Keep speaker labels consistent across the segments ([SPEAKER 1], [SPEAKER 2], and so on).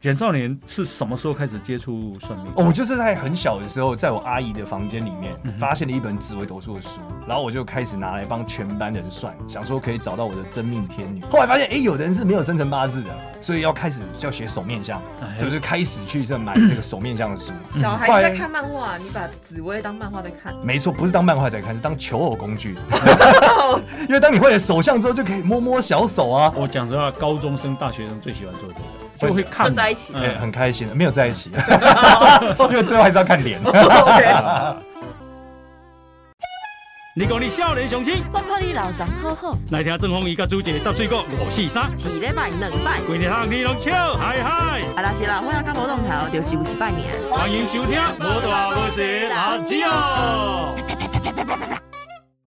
[SPEAKER 1] 简少年是什么时候开始接触算命？
[SPEAKER 2] 哦我就是在很小的时候，在我阿姨的房间里面发现了一本紫微斗数的书，然后我就开始拿来帮全班人算，想说可以找到我的真命天女。后来发现，哎、有的人是没有生辰八字的，所以要开始就要学手面相，
[SPEAKER 1] 哎
[SPEAKER 2] 所以我就开始去这买这个手面相的书。
[SPEAKER 3] 小孩子在
[SPEAKER 2] 嗯
[SPEAKER 3] 看漫画，你把紫薇当漫画在看，
[SPEAKER 2] 没错，不是当漫画在看，是当求偶工 具。 因为当你会了手相之后，就可以摸摸小手啊，
[SPEAKER 4] 我讲实话，高中生、大学生最喜欢做这个。
[SPEAKER 1] 就会看
[SPEAKER 3] 就在一起
[SPEAKER 2] 哎，
[SPEAKER 1] 嗯
[SPEAKER 2] 很开心。没有在一 起，因为最后还是要看脸。
[SPEAKER 1] 你讲你少年雄心，
[SPEAKER 5] 我看你老张好好，
[SPEAKER 1] 来听郑红怡甲朱姐搭水果五四三，
[SPEAKER 5] 一礼拜两拜，
[SPEAKER 1] 规日通你拢笑嗨嗨。
[SPEAKER 5] 啊啦是啦，我要看活动头，就只有一拜年。
[SPEAKER 1] 欢迎收听《无大无小垃圾哦》。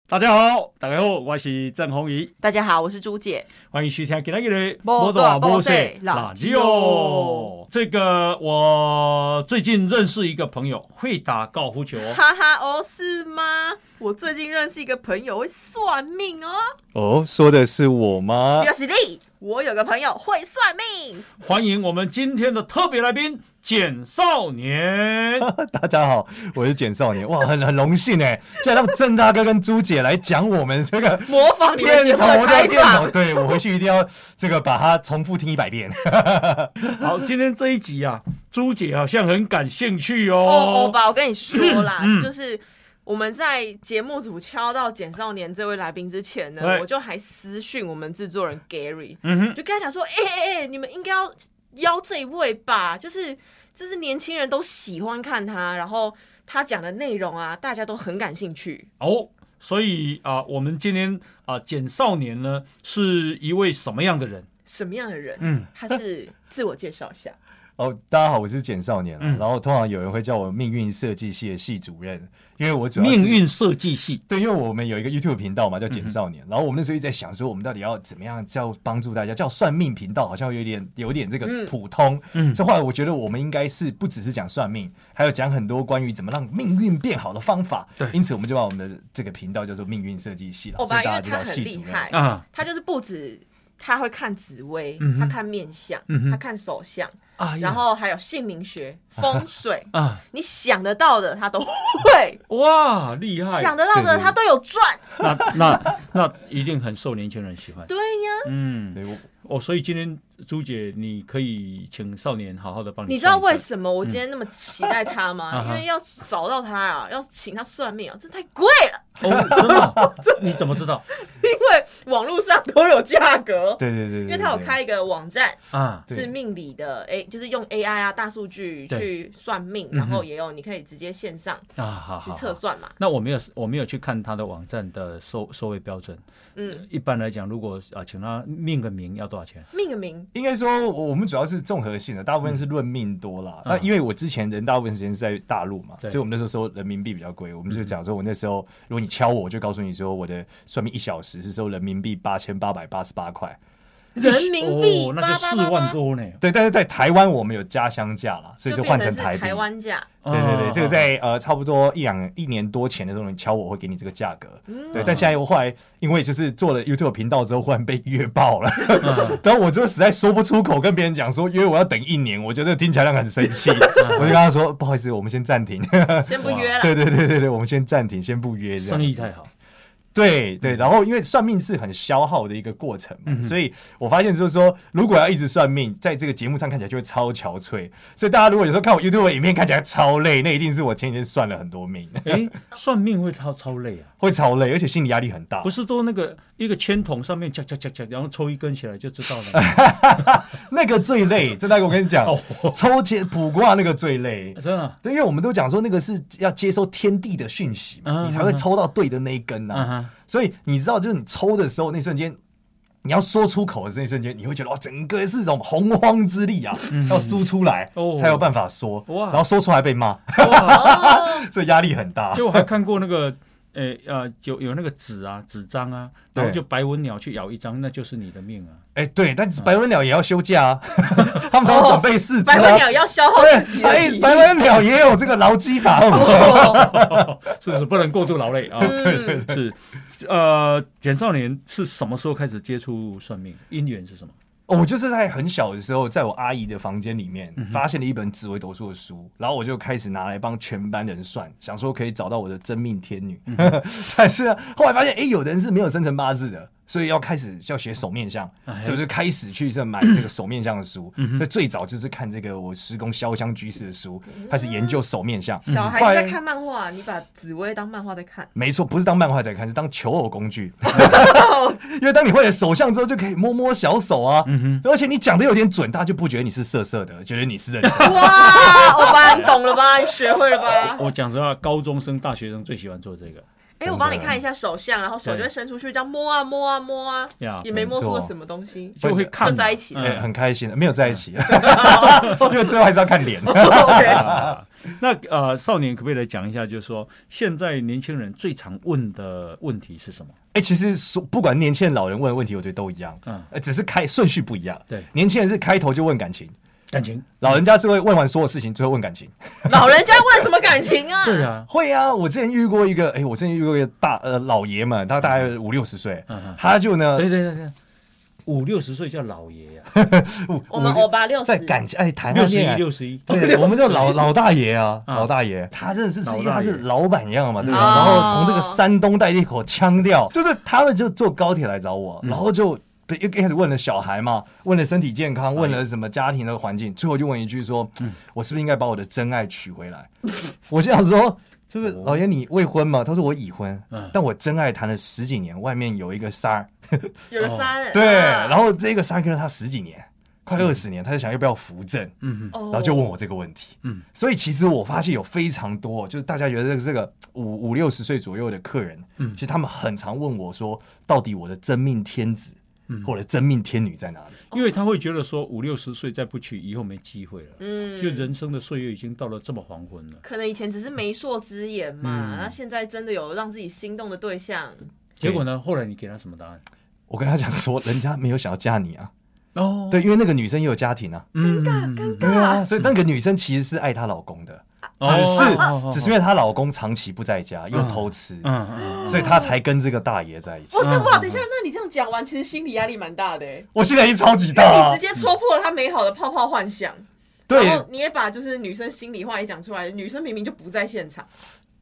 [SPEAKER 1] 大家好，大家好，我是郑宏仪，
[SPEAKER 3] 大家好，我是朱姐。
[SPEAKER 1] 欢迎收听今天的《
[SPEAKER 3] 无大无小
[SPEAKER 1] 垃
[SPEAKER 3] 垃
[SPEAKER 1] 圾
[SPEAKER 3] 圾
[SPEAKER 1] 哦
[SPEAKER 3] 哦》。
[SPEAKER 1] 这个我最近认识一个朋友，会打高尔夫球哦。
[SPEAKER 3] 哈哈，哦，是吗？我最近认识一个朋友会算命哦，
[SPEAKER 2] 哦，说的是我吗？
[SPEAKER 3] 又是你。我有个朋友会算命，
[SPEAKER 1] 欢迎我们今天的特别来宾简少 年。
[SPEAKER 2] 大家好，我是简少年，哇，很很荣幸哎，竟然让郑大哥跟朱姐来讲我们这个
[SPEAKER 3] 模仿你的节
[SPEAKER 2] 片头
[SPEAKER 3] 目的开
[SPEAKER 2] 的片头，
[SPEAKER 3] 场。
[SPEAKER 2] 对我回去一定要这个把它重复听一百遍。
[SPEAKER 1] 好，今天这一集啊，朱姐好像很感兴趣
[SPEAKER 3] 哦哦
[SPEAKER 1] 哦。
[SPEAKER 3] 吧，我跟你说啦，
[SPEAKER 2] 嗯
[SPEAKER 3] 就是。我们在节目组敲到简少年这位来宾之前呢
[SPEAKER 1] 对，
[SPEAKER 3] 我就还私讯我们制作人 Gary，
[SPEAKER 1] 嗯哼，
[SPEAKER 3] 就跟他讲说，哎哎哎，你们应该要邀这一位吧，就是这是年轻人都喜欢看他，然后他讲的内容啊，大家都很感兴趣。
[SPEAKER 1] 哦，所以啊、我们今天啊、简少年呢是一位什么样的人？
[SPEAKER 3] 什么样的人？
[SPEAKER 1] 嗯，
[SPEAKER 3] 他 是自我介绍一下。
[SPEAKER 2] 哦，大家好，我是简少年，啊
[SPEAKER 1] 嗯
[SPEAKER 2] 然后通常有人会叫我命运设计系的系主任，因为我主要是
[SPEAKER 1] 命。运设计系。
[SPEAKER 2] 对，因为我们有一个 YouTube 频道嘛，叫
[SPEAKER 1] 嗯
[SPEAKER 2] “简少年”，然后我们那时候一直在想说，我们到底要怎么样叫帮助大家？叫算命频道好像有点有点这个
[SPEAKER 3] 嗯
[SPEAKER 2] 普通，
[SPEAKER 1] 嗯
[SPEAKER 2] 所以后来我觉得我们应该是不只是讲算命，还有讲很多关于怎么让命运变好的方法。
[SPEAKER 1] 对
[SPEAKER 2] 因此我们就把我们的这个频道叫做“命运设计系”了，
[SPEAKER 3] 欧
[SPEAKER 2] 所
[SPEAKER 3] 巴，
[SPEAKER 2] 以
[SPEAKER 3] 哦因
[SPEAKER 2] 大家
[SPEAKER 3] 为
[SPEAKER 2] 就
[SPEAKER 3] 他
[SPEAKER 2] 叫
[SPEAKER 3] 很
[SPEAKER 2] 系
[SPEAKER 3] 厉
[SPEAKER 2] 主任。
[SPEAKER 3] 害，
[SPEAKER 1] 啊
[SPEAKER 3] 他就是不止他会看紫薇，
[SPEAKER 1] 嗯哼
[SPEAKER 3] 他看面相，
[SPEAKER 1] 嗯哼
[SPEAKER 3] 他看手相，
[SPEAKER 1] 啊，哎呀，
[SPEAKER 3] 然后还有姓名学、风水
[SPEAKER 1] 啊，
[SPEAKER 3] 你想得到的他都会，
[SPEAKER 1] 哇，厉害！
[SPEAKER 3] 想得到
[SPEAKER 2] 哎对
[SPEAKER 3] 的
[SPEAKER 2] 对
[SPEAKER 3] 他都有赚。
[SPEAKER 1] 那那那一定很受年轻人喜欢。
[SPEAKER 3] 对呀，
[SPEAKER 1] 嗯，
[SPEAKER 2] 对，我
[SPEAKER 1] 哦，所以今天朱姐，你可以请少年好好的帮你
[SPEAKER 3] 你
[SPEAKER 1] 算一
[SPEAKER 3] 知道
[SPEAKER 1] 算。
[SPEAKER 3] 为什么我今
[SPEAKER 2] 嗯
[SPEAKER 3] 天那么期待他
[SPEAKER 2] 啊
[SPEAKER 3] 吗？
[SPEAKER 1] 嗯
[SPEAKER 3] 因为要找到他啊，要请他算命啊，这太贵了，
[SPEAKER 1] 哦，真的 哦、你怎么知道
[SPEAKER 3] 因为网络上都有价格。
[SPEAKER 2] 对对对对，
[SPEAKER 3] 因为他有
[SPEAKER 2] 对
[SPEAKER 3] 开一个网站，
[SPEAKER 1] 啊？
[SPEAKER 2] 对
[SPEAKER 3] 是命理的，哎，就是用 AI 啊、大数据
[SPEAKER 1] 对
[SPEAKER 3] 去算命，
[SPEAKER 1] 嗯哼
[SPEAKER 3] 然后也有你可以直接线上
[SPEAKER 1] 啊，好
[SPEAKER 3] 去
[SPEAKER 1] 好
[SPEAKER 3] 测
[SPEAKER 1] 好。
[SPEAKER 3] 算嘛。
[SPEAKER 1] 那我没有，我没有去看他的网站的收收费标准。
[SPEAKER 3] 嗯，
[SPEAKER 1] 一般来讲，如果啊，请他命个名要多少钱？
[SPEAKER 3] 命个名，
[SPEAKER 2] 应该说，我我们主要是综合性的，大部分是论命多啦。
[SPEAKER 1] 嗯
[SPEAKER 2] 那、因为我之前人大部分时间是在大陆嘛，
[SPEAKER 1] 对
[SPEAKER 2] 所以我们那时候收人民币比较贵。我们就讲说，我那时候如果你敲我，我就告诉你说我的算命一小时是收人民币八千八百八十八块。
[SPEAKER 3] 人民币
[SPEAKER 1] 哦，那就
[SPEAKER 3] 八八
[SPEAKER 1] 四
[SPEAKER 3] 八
[SPEAKER 1] 万
[SPEAKER 3] 八，
[SPEAKER 1] 多呢。
[SPEAKER 2] 对，但是在台湾我们有家乡价啦，所以
[SPEAKER 3] 就
[SPEAKER 2] 就
[SPEAKER 3] 变
[SPEAKER 2] 换
[SPEAKER 3] 成
[SPEAKER 2] 成
[SPEAKER 3] 是
[SPEAKER 2] 台币。
[SPEAKER 3] 台 湾价。
[SPEAKER 2] 对对对，
[SPEAKER 1] 哦
[SPEAKER 2] 这个在呃差不多一两一年多前的时候，你敲我会给你这个价格。
[SPEAKER 3] 嗯
[SPEAKER 2] 对，但现在我后来因为就是做了 YouTube 频道之后，忽然被约爆了， 然后我就实在说不出口，跟别人讲说约我要等一年，我觉得这听起来让人很生气，我就跟他说不好意思，我们先暂停。
[SPEAKER 3] 先不约了。
[SPEAKER 2] 对对对对对，我们先暂停，先不约这样。
[SPEAKER 1] 生意太 好，
[SPEAKER 2] 对
[SPEAKER 1] 嗯
[SPEAKER 2] 对，然后因为算命是很消耗的一个过程嘛，所以我发现就是说，如果要一直算命，在这个节目上看起来就会超憔悴。所以大家如果有时候看我 YouTube 的影片看起来超累，那一定是我前几天算了很多命，
[SPEAKER 1] 哎，算命会超超累啊！
[SPEAKER 2] 会超累，而且心理压力很大。
[SPEAKER 1] 不是都那个一个铅筒上面夹夹夹夹，然后抽一根起来就知道 了。
[SPEAKER 2] 那个最累，真的，我跟你讲
[SPEAKER 1] 哦，
[SPEAKER 2] 抽签卜卦那个最累。
[SPEAKER 1] 真的，啊
[SPEAKER 2] 对，因为我们都讲说那个是要接收天地的讯息嘛，
[SPEAKER 1] 嗯
[SPEAKER 2] 你才会抽到对的那一根啊呐、
[SPEAKER 1] 嗯哼，
[SPEAKER 2] 所以你知道，就是你抽的时候那瞬间，你要说出口的那瞬间，你会觉得哇，整个是一种洪荒之力啊，要输出来、
[SPEAKER 1] 哦
[SPEAKER 2] 才有办法说，
[SPEAKER 1] 哇
[SPEAKER 2] 然后说出来被骂，
[SPEAKER 3] 哦，
[SPEAKER 2] 所以压力很大。
[SPEAKER 1] 就我还看过那个，呃呃，有有那个纸啊、纸张啊，
[SPEAKER 2] 对
[SPEAKER 1] 然后就白文鸟去咬一张，那就是你的命啊。
[SPEAKER 2] 哎、对，但是白文鸟也要休假啊，他们都要准备四肢
[SPEAKER 3] 白文
[SPEAKER 2] 啊。
[SPEAKER 3] 鸟要消耗自
[SPEAKER 2] 对，
[SPEAKER 3] 己的
[SPEAKER 2] 哎、
[SPEAKER 3] 体力
[SPEAKER 2] 白文鸟也有这个劳基法，好不好
[SPEAKER 3] 哦
[SPEAKER 1] 是不是不能过度劳累啊？
[SPEAKER 2] 对对
[SPEAKER 1] 是，呃，简少年是什么时候开始接触算命？因缘是什么？
[SPEAKER 2] 哦，我就是在很小的时候，在我阿姨的房间里面发现了一本紫微斗数的书，然后我就开始拿来帮全班人算，想说可以找到我的真命天女。 但是呢后来发现，哎、有的人是没有生辰八字的，所以要开始要学手面相，所以我就开始去这买这个手面相的书。所以最早就是看这个我师公潇湘居士的书，开始研究手面相。
[SPEAKER 3] 小孩
[SPEAKER 2] 后
[SPEAKER 3] 子
[SPEAKER 2] 来
[SPEAKER 3] 在看漫画，你把紫薇当漫画在 看，
[SPEAKER 2] 没错，不是当漫画在看，是当求偶工具。 因为当你会了手相之后，就可以摸摸小手啊，
[SPEAKER 1] 嗯
[SPEAKER 2] 而且你讲的有点准，大家就不觉得你是色色的，觉得你 是认真的。
[SPEAKER 3] 哇，欧巴，你懂了吧？你学会了吧？
[SPEAKER 1] 我讲实话，高中生、大学生最喜欢做这个
[SPEAKER 3] 哎、我帮你看一下手相，然后手就会伸出去，这样摸啊摸啊摸啊，
[SPEAKER 1] 呀，
[SPEAKER 3] 也没摸出
[SPEAKER 2] 没
[SPEAKER 3] 个
[SPEAKER 2] 错
[SPEAKER 3] 什么东西，
[SPEAKER 1] 就会看
[SPEAKER 3] 就在一起
[SPEAKER 2] 哎
[SPEAKER 1] 嗯
[SPEAKER 2] 很开心的，没有在 一起， 因为最后还是要看脸。
[SPEAKER 3] OK，
[SPEAKER 1] 啊那呃，少年可不可以来讲一下，就是说现在年轻人最常问的问题是什么？
[SPEAKER 2] 哎、其实说不管年轻人、老人问的问题，我觉得都一样，
[SPEAKER 1] 嗯
[SPEAKER 2] 呃只是开顺序不一样。
[SPEAKER 1] 对
[SPEAKER 2] 年轻人是开头就问感情，
[SPEAKER 1] 感情？
[SPEAKER 2] 老人家是会问完所有事情，最后问感情。
[SPEAKER 3] 老人家问什么感情啊？
[SPEAKER 1] 对啊，
[SPEAKER 2] 会啊，我之前遇过一个，哎、我之前遇过一个大呃老爷们，他大概五六十岁，
[SPEAKER 1] 嗯嗯
[SPEAKER 2] 他就呢
[SPEAKER 1] 对对对对，五六十岁叫老爷啊呀，
[SPEAKER 2] 五
[SPEAKER 3] 我们欧巴六十，
[SPEAKER 2] 在感情哎谈
[SPEAKER 1] 六
[SPEAKER 2] 上
[SPEAKER 1] 十一
[SPEAKER 2] 恋爱，
[SPEAKER 1] 六十一，
[SPEAKER 2] 对，我们叫老老大爷啊，
[SPEAKER 1] 啊
[SPEAKER 2] 老大爷，他真的是是
[SPEAKER 1] 老大
[SPEAKER 2] 因
[SPEAKER 1] 爷哦
[SPEAKER 2] 为他是老板样嘛，对吧？
[SPEAKER 3] 嗯
[SPEAKER 2] 然后从这个山东带了一口腔调，就是他们就坐高铁来找我，
[SPEAKER 1] 嗯
[SPEAKER 2] 然后就。对，一开始问了小孩嘛，问了身体健
[SPEAKER 1] 哎
[SPEAKER 2] 康，问了什么家庭的环境，最后就问一句说：“
[SPEAKER 1] 嗯
[SPEAKER 2] 我是不是应该把我的真爱娶回来？” 我就想说，是不是老爷你未婚嘛？他说我已婚
[SPEAKER 1] 哦嗯，
[SPEAKER 2] 但我真爱谈了十几年，外面有一个三儿，
[SPEAKER 3] 有个三，
[SPEAKER 2] 哦对，
[SPEAKER 3] 啊
[SPEAKER 2] 然后这个三儿跟了他十几年，快二十年，他就想要不要扶正，
[SPEAKER 1] 嗯
[SPEAKER 3] 哦
[SPEAKER 2] 然后就问我这个问题。
[SPEAKER 1] 嗯
[SPEAKER 2] 嗯，所以其实我发现有非常多，就是大家觉得这个五五六十岁左右的客人，嗯，其实他们很常问我说，到底我的真命天子
[SPEAKER 1] 嗯
[SPEAKER 2] 或者真命天女在哪里？
[SPEAKER 1] 因为他会觉得说五六十岁再不娶，以后没机会了，就
[SPEAKER 3] 嗯，
[SPEAKER 1] 人生的岁月已经到了这么黄昏了。
[SPEAKER 3] 可能以前只是媒妁之言
[SPEAKER 2] 嗯
[SPEAKER 3] 嘛，那现在真的有让自己心动的对象，
[SPEAKER 1] 结果呢？后来你给他什么答案？
[SPEAKER 2] 我跟他讲说，人家没有想要嫁你啊，
[SPEAKER 1] 哦，
[SPEAKER 2] 对，因为那个女生也有家庭啊，
[SPEAKER 1] 嗯，
[SPEAKER 3] 尴尬
[SPEAKER 1] 嗯
[SPEAKER 3] 尴，
[SPEAKER 2] 对啊，
[SPEAKER 3] 尬，
[SPEAKER 2] 所以那个女生其实是爱她老公的，只
[SPEAKER 1] 哦
[SPEAKER 2] 是
[SPEAKER 1] 哦哦
[SPEAKER 2] 只是因为她老公长期不在家，又偷吃，
[SPEAKER 1] 嗯嗯，
[SPEAKER 2] 所以她才跟这个大爷在一起
[SPEAKER 3] 哇。那哇，
[SPEAKER 1] 嗯
[SPEAKER 3] 等一下，那你这样讲完，其实心理压力蛮大的欸，
[SPEAKER 2] 我现在已经超级大
[SPEAKER 3] 你
[SPEAKER 2] 啊
[SPEAKER 3] 直，接戳破了他美好的泡泡幻想。
[SPEAKER 2] 对，
[SPEAKER 3] 然后你也把就是女生心里话也讲出来，女生明明就不在现场，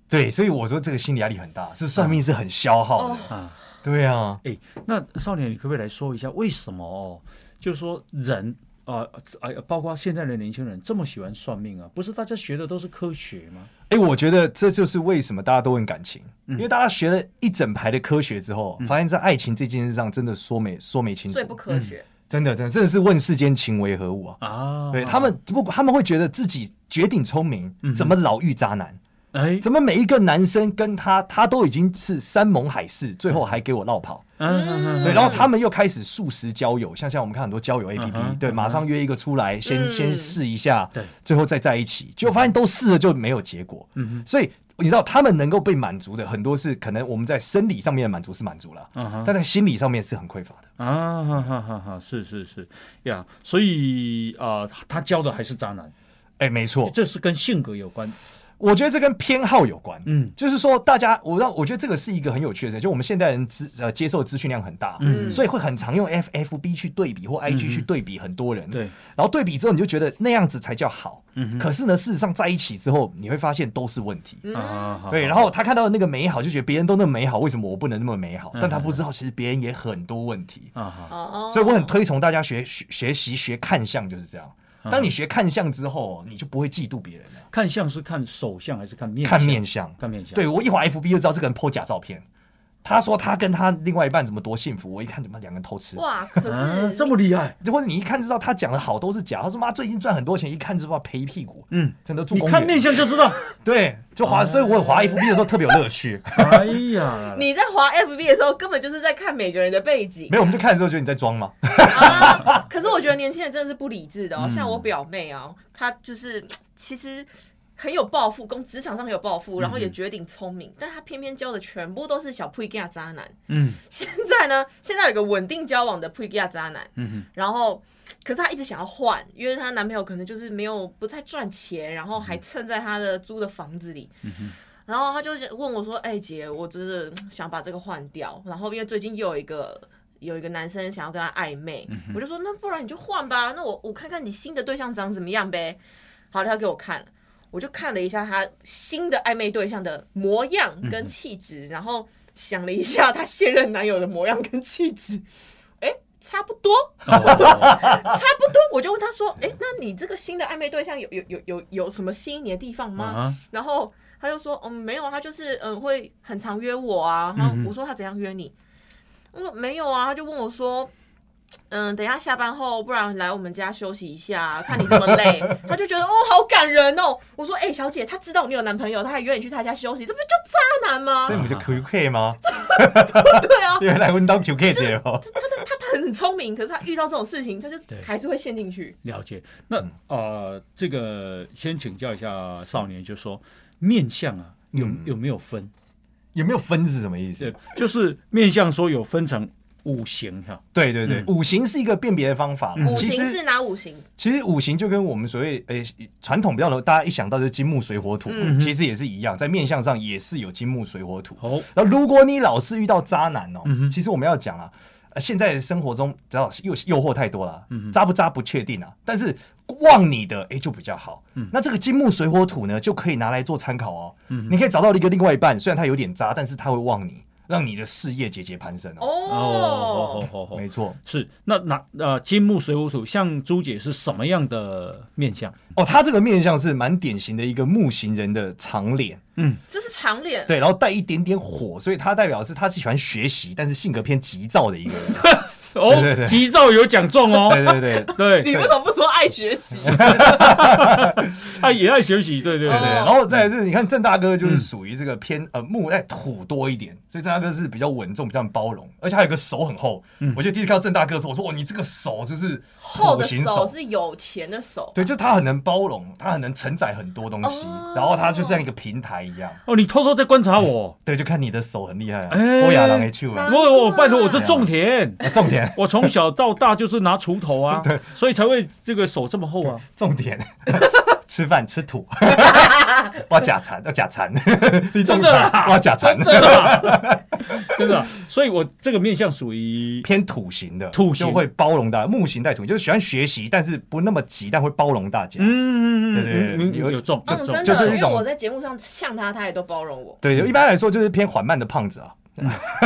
[SPEAKER 2] 对，所以我说这个心理压力很大，是不是算命是很消耗的。
[SPEAKER 3] 哦
[SPEAKER 1] 嗯啊。
[SPEAKER 2] 对啊，
[SPEAKER 1] 哎，那少年，你可不可以来说一下为什么哦？就是说人啊，哎、包括现在的年轻人这么喜欢算命啊？不是大家学的都是科学吗？
[SPEAKER 2] 哎、我觉得这就是为什么大家都问感情，
[SPEAKER 1] 嗯
[SPEAKER 2] 因为大家学了一整排的科学之后，发现在爱情这件事上真的说没说没清楚
[SPEAKER 3] 最，不科学。
[SPEAKER 2] 真的真的真的是问世间情为何物啊！
[SPEAKER 1] 啊，
[SPEAKER 2] 对他们不，他们会觉得自己绝顶聪明，
[SPEAKER 1] 嗯
[SPEAKER 2] 怎么老遇渣男？
[SPEAKER 1] 哎，
[SPEAKER 2] 怎么每一个男生跟他，他都已经是山盟海誓，最后还给我绕跑？
[SPEAKER 1] 嗯嗯嗯
[SPEAKER 2] 对，然后他们又开始素食交友，像现在我们看很多交友 APP，、
[SPEAKER 1] 嗯哼嗯
[SPEAKER 2] 对，
[SPEAKER 1] 哼
[SPEAKER 2] 马上约一个出来，先、
[SPEAKER 3] 嗯
[SPEAKER 2] 先试一下，
[SPEAKER 1] 对
[SPEAKER 2] 最后再在一起，结果发现都试了就没有结果，
[SPEAKER 1] 嗯
[SPEAKER 2] 所以。你知道他们能够被满足的很多是可能我们在生理上面的满足是满足了，
[SPEAKER 1] 嗯哼
[SPEAKER 2] 但在心理上面是很匮乏的。
[SPEAKER 1] 啊哈哈哈哈，是是是呀，所以啊、他教的还是渣男，
[SPEAKER 2] 哎、没错，
[SPEAKER 1] 这是跟性格有关。
[SPEAKER 2] 我觉得这跟偏好有关。
[SPEAKER 1] 嗯
[SPEAKER 2] 就是说大家，我让我觉得这个是一个很有趣的事情，就我们现代人资呃接受资讯量很大，
[SPEAKER 1] 嗯
[SPEAKER 2] 所以会很常用 F F B 去对比或 I G 去对比很多人，
[SPEAKER 1] 对，嗯
[SPEAKER 2] 然后对比之后你就觉得那样子才叫好，可是呢，事实上在一起之后你会发现都是问题。
[SPEAKER 1] 啊，好
[SPEAKER 2] 对，然后他看到那个美好，就觉得别人都那么美好，为什么我不能那么美好？
[SPEAKER 1] 嗯
[SPEAKER 2] 但他不知道，其实别人也很多问题。
[SPEAKER 1] 啊好，
[SPEAKER 3] 哦，
[SPEAKER 2] 所以我很推崇大家学学学习学看相就是这样。
[SPEAKER 1] 嗯
[SPEAKER 2] 当你学看相之后，你就不会嫉妒别人了。
[SPEAKER 1] 看相是看手相还是看面相？
[SPEAKER 2] 看面相，
[SPEAKER 1] 看面相。
[SPEAKER 2] 对我一滑 FB 就知道这个人 po 假照片。他说他跟他另外一半怎么多幸福，我一看怎么两个人偷吃。
[SPEAKER 3] 哇，可是
[SPEAKER 1] 啊
[SPEAKER 3] 你，
[SPEAKER 1] 这么厉害。
[SPEAKER 2] 或者你一看就知道他讲的好都是假，他说妈最近赚很多钱，一看就知道赔屁股，
[SPEAKER 1] 嗯，
[SPEAKER 2] 真的住
[SPEAKER 1] 你
[SPEAKER 2] 公
[SPEAKER 1] 看面
[SPEAKER 2] 园。
[SPEAKER 1] 相哦就知 道。
[SPEAKER 2] 对，就滑，所以我滑 FB 的时候特别有 乐趣。
[SPEAKER 1] 哎呀，
[SPEAKER 3] 你在滑 FB 的时候，根本就是在看每个人的背景
[SPEAKER 2] 没有，我们就看的时候觉得你在装嘛。
[SPEAKER 3] 啊。可是我觉得年轻人真的是不理智
[SPEAKER 1] 嗯
[SPEAKER 3] 的哦，像我表妹啊，她就是其实。很有抱负，工职场上很有抱负，
[SPEAKER 1] 嗯
[SPEAKER 3] 然后也绝顶聪明，但她偏偏交的全部都是小 p u i g a 渣男。
[SPEAKER 1] 嗯
[SPEAKER 3] 现在呢，现在有个稳定交往的 p u i g a 渣男，
[SPEAKER 1] 嗯
[SPEAKER 3] 然后可是她一直想要换，因为她男朋友可能就是没有不太赚钱，然后还蹭在她的租的房子里。然后她就问我说：“哎、姐，我真的嗯想把这个换掉。”然后因为最近又有一个有一个男生想要跟她暧昧，我就说那不然你就换吧，那我我看看你新的对象长怎么样呗。好，他给我看了，我就看了一下他新的暧昧对象的模样跟气质，然后想了一下他现任男友的模样跟气质，哎、差不多，
[SPEAKER 1] 哦
[SPEAKER 3] 差不多。我就问他说，哎、那你这个新的暧昧对象有有有有有什么吸引你的地方吗？
[SPEAKER 1] 啊，
[SPEAKER 3] 然后他就说，嗯，没有啊，他就是嗯会很常约我啊。
[SPEAKER 1] 嗯
[SPEAKER 3] 然后我说他怎样约你？我说没有啊，他就问我说。嗯，等一下下班后，不然来我们家休息一下。看你这么累， 他就觉得哦，好感人哦。我说，哎、小姐，他知道你有男朋友，他还约你去他家休息，这不就渣男
[SPEAKER 1] 啊
[SPEAKER 3] 吗
[SPEAKER 2] 所以？我们就 QK 吗？
[SPEAKER 3] 对啊，
[SPEAKER 2] 原来我们当 QK 姐哦。
[SPEAKER 3] 他很聪明，可是他遇到这种事情，他就
[SPEAKER 1] 对
[SPEAKER 3] 还是会陷进去。
[SPEAKER 1] 了解。那
[SPEAKER 2] 嗯
[SPEAKER 1] 呃，这个先请教一下少年，就说面相啊，有
[SPEAKER 2] 嗯
[SPEAKER 1] 有没有分？
[SPEAKER 2] 有没有分是什么意
[SPEAKER 1] 这
[SPEAKER 2] 思？
[SPEAKER 1] 就是面相说有分成五行哈，
[SPEAKER 2] 对对对，嗯五行是一个辨别的方法
[SPEAKER 1] 嗯。
[SPEAKER 3] 五
[SPEAKER 2] 其
[SPEAKER 3] 行
[SPEAKER 2] 实
[SPEAKER 3] 是哪五行？
[SPEAKER 2] 其实五行就跟我们所谓诶传统比较大家一想到就是金木水火土，
[SPEAKER 3] 嗯
[SPEAKER 2] 其实也是一样，在面相上也是有金木水火土。
[SPEAKER 1] 哦，
[SPEAKER 2] 然后如果你老是遇到渣男哦，
[SPEAKER 1] 嗯哼
[SPEAKER 2] 其实我们要讲啊。呃现在生活中，只要诱诱惑太多了，
[SPEAKER 1] 嗯
[SPEAKER 2] 渣不渣不确定啊。但是旺你的，哎、就比较好。
[SPEAKER 1] 嗯
[SPEAKER 2] 那这个金木水火土呢，就可以拿来做参考哦。你可以找到一个另外一半，虽然他有点渣，但是他会旺你，让你的事业节节攀升哦。
[SPEAKER 1] 哦，
[SPEAKER 3] 哦
[SPEAKER 1] 好，好好，
[SPEAKER 2] 没错，
[SPEAKER 1] 是那哪呃金木水火土，像朱姐是什么样的面相？
[SPEAKER 2] 哦，他这个面相是蛮典型的一个木型人的长脸，
[SPEAKER 3] 这是长脸。
[SPEAKER 2] 对，然后带一点点火，所以他代表是他是喜欢学习，但是性格偏急躁的一个人。
[SPEAKER 1] 哦，
[SPEAKER 2] 对对对
[SPEAKER 1] 急躁有讲中哦，
[SPEAKER 2] 对对对
[SPEAKER 1] 对
[SPEAKER 3] 你为什么不说爱 学习？
[SPEAKER 1] 他啊也爱学习，对对
[SPEAKER 2] 对对，
[SPEAKER 1] 对
[SPEAKER 3] 哦
[SPEAKER 2] 然后再来是，你看郑大哥
[SPEAKER 1] 嗯
[SPEAKER 2] 就是属于这个偏呃木在土多一点，所以郑大哥是比较稳重、比较包容，而且还有个手很厚。
[SPEAKER 1] 嗯
[SPEAKER 2] 我就第一次看到郑大哥的时候，我说哦哇，你这个手就是
[SPEAKER 3] 厚
[SPEAKER 2] 土
[SPEAKER 3] 的
[SPEAKER 2] 型
[SPEAKER 3] 手是有钱的手。
[SPEAKER 2] 对，就他很能包容，他很能承载很多东西，
[SPEAKER 3] 哦
[SPEAKER 2] 然后他就像一个平台一样。
[SPEAKER 1] 哦，你偷偷在观察我，
[SPEAKER 2] 对，就看你的手很厉害、啊，
[SPEAKER 1] 哎
[SPEAKER 2] 欧亚郎 H
[SPEAKER 3] 难
[SPEAKER 2] 啊，
[SPEAKER 3] 怪
[SPEAKER 1] 我我拜托我是种田，
[SPEAKER 2] 重点
[SPEAKER 1] 我从小到大就是拿锄头啊，
[SPEAKER 2] 对，
[SPEAKER 1] 所以才会这个手这么厚啊。
[SPEAKER 2] 重点，吃饭吃土，挖假蚕，要假蚕，你种
[SPEAKER 1] 真的
[SPEAKER 2] 蚕
[SPEAKER 1] 啦
[SPEAKER 2] 挖假蚕，
[SPEAKER 1] 真的啦， 真的啦，啊所以我这个面相属于
[SPEAKER 2] 偏土型的，
[SPEAKER 1] 土型
[SPEAKER 2] 就会包容大家，木型带土，就是喜欢学习，但是不那么急，但会包容大家。
[SPEAKER 1] 嗯
[SPEAKER 2] 对对对
[SPEAKER 1] 嗯嗯
[SPEAKER 2] 有
[SPEAKER 1] 有中
[SPEAKER 3] 嗯，
[SPEAKER 1] 有中
[SPEAKER 3] 真，
[SPEAKER 2] 就这
[SPEAKER 3] 的，
[SPEAKER 2] 一
[SPEAKER 3] 因为
[SPEAKER 2] 种
[SPEAKER 3] 我在节目上呛他，他也都包容我。
[SPEAKER 2] 对，一般来说就是偏缓慢的胖子啊，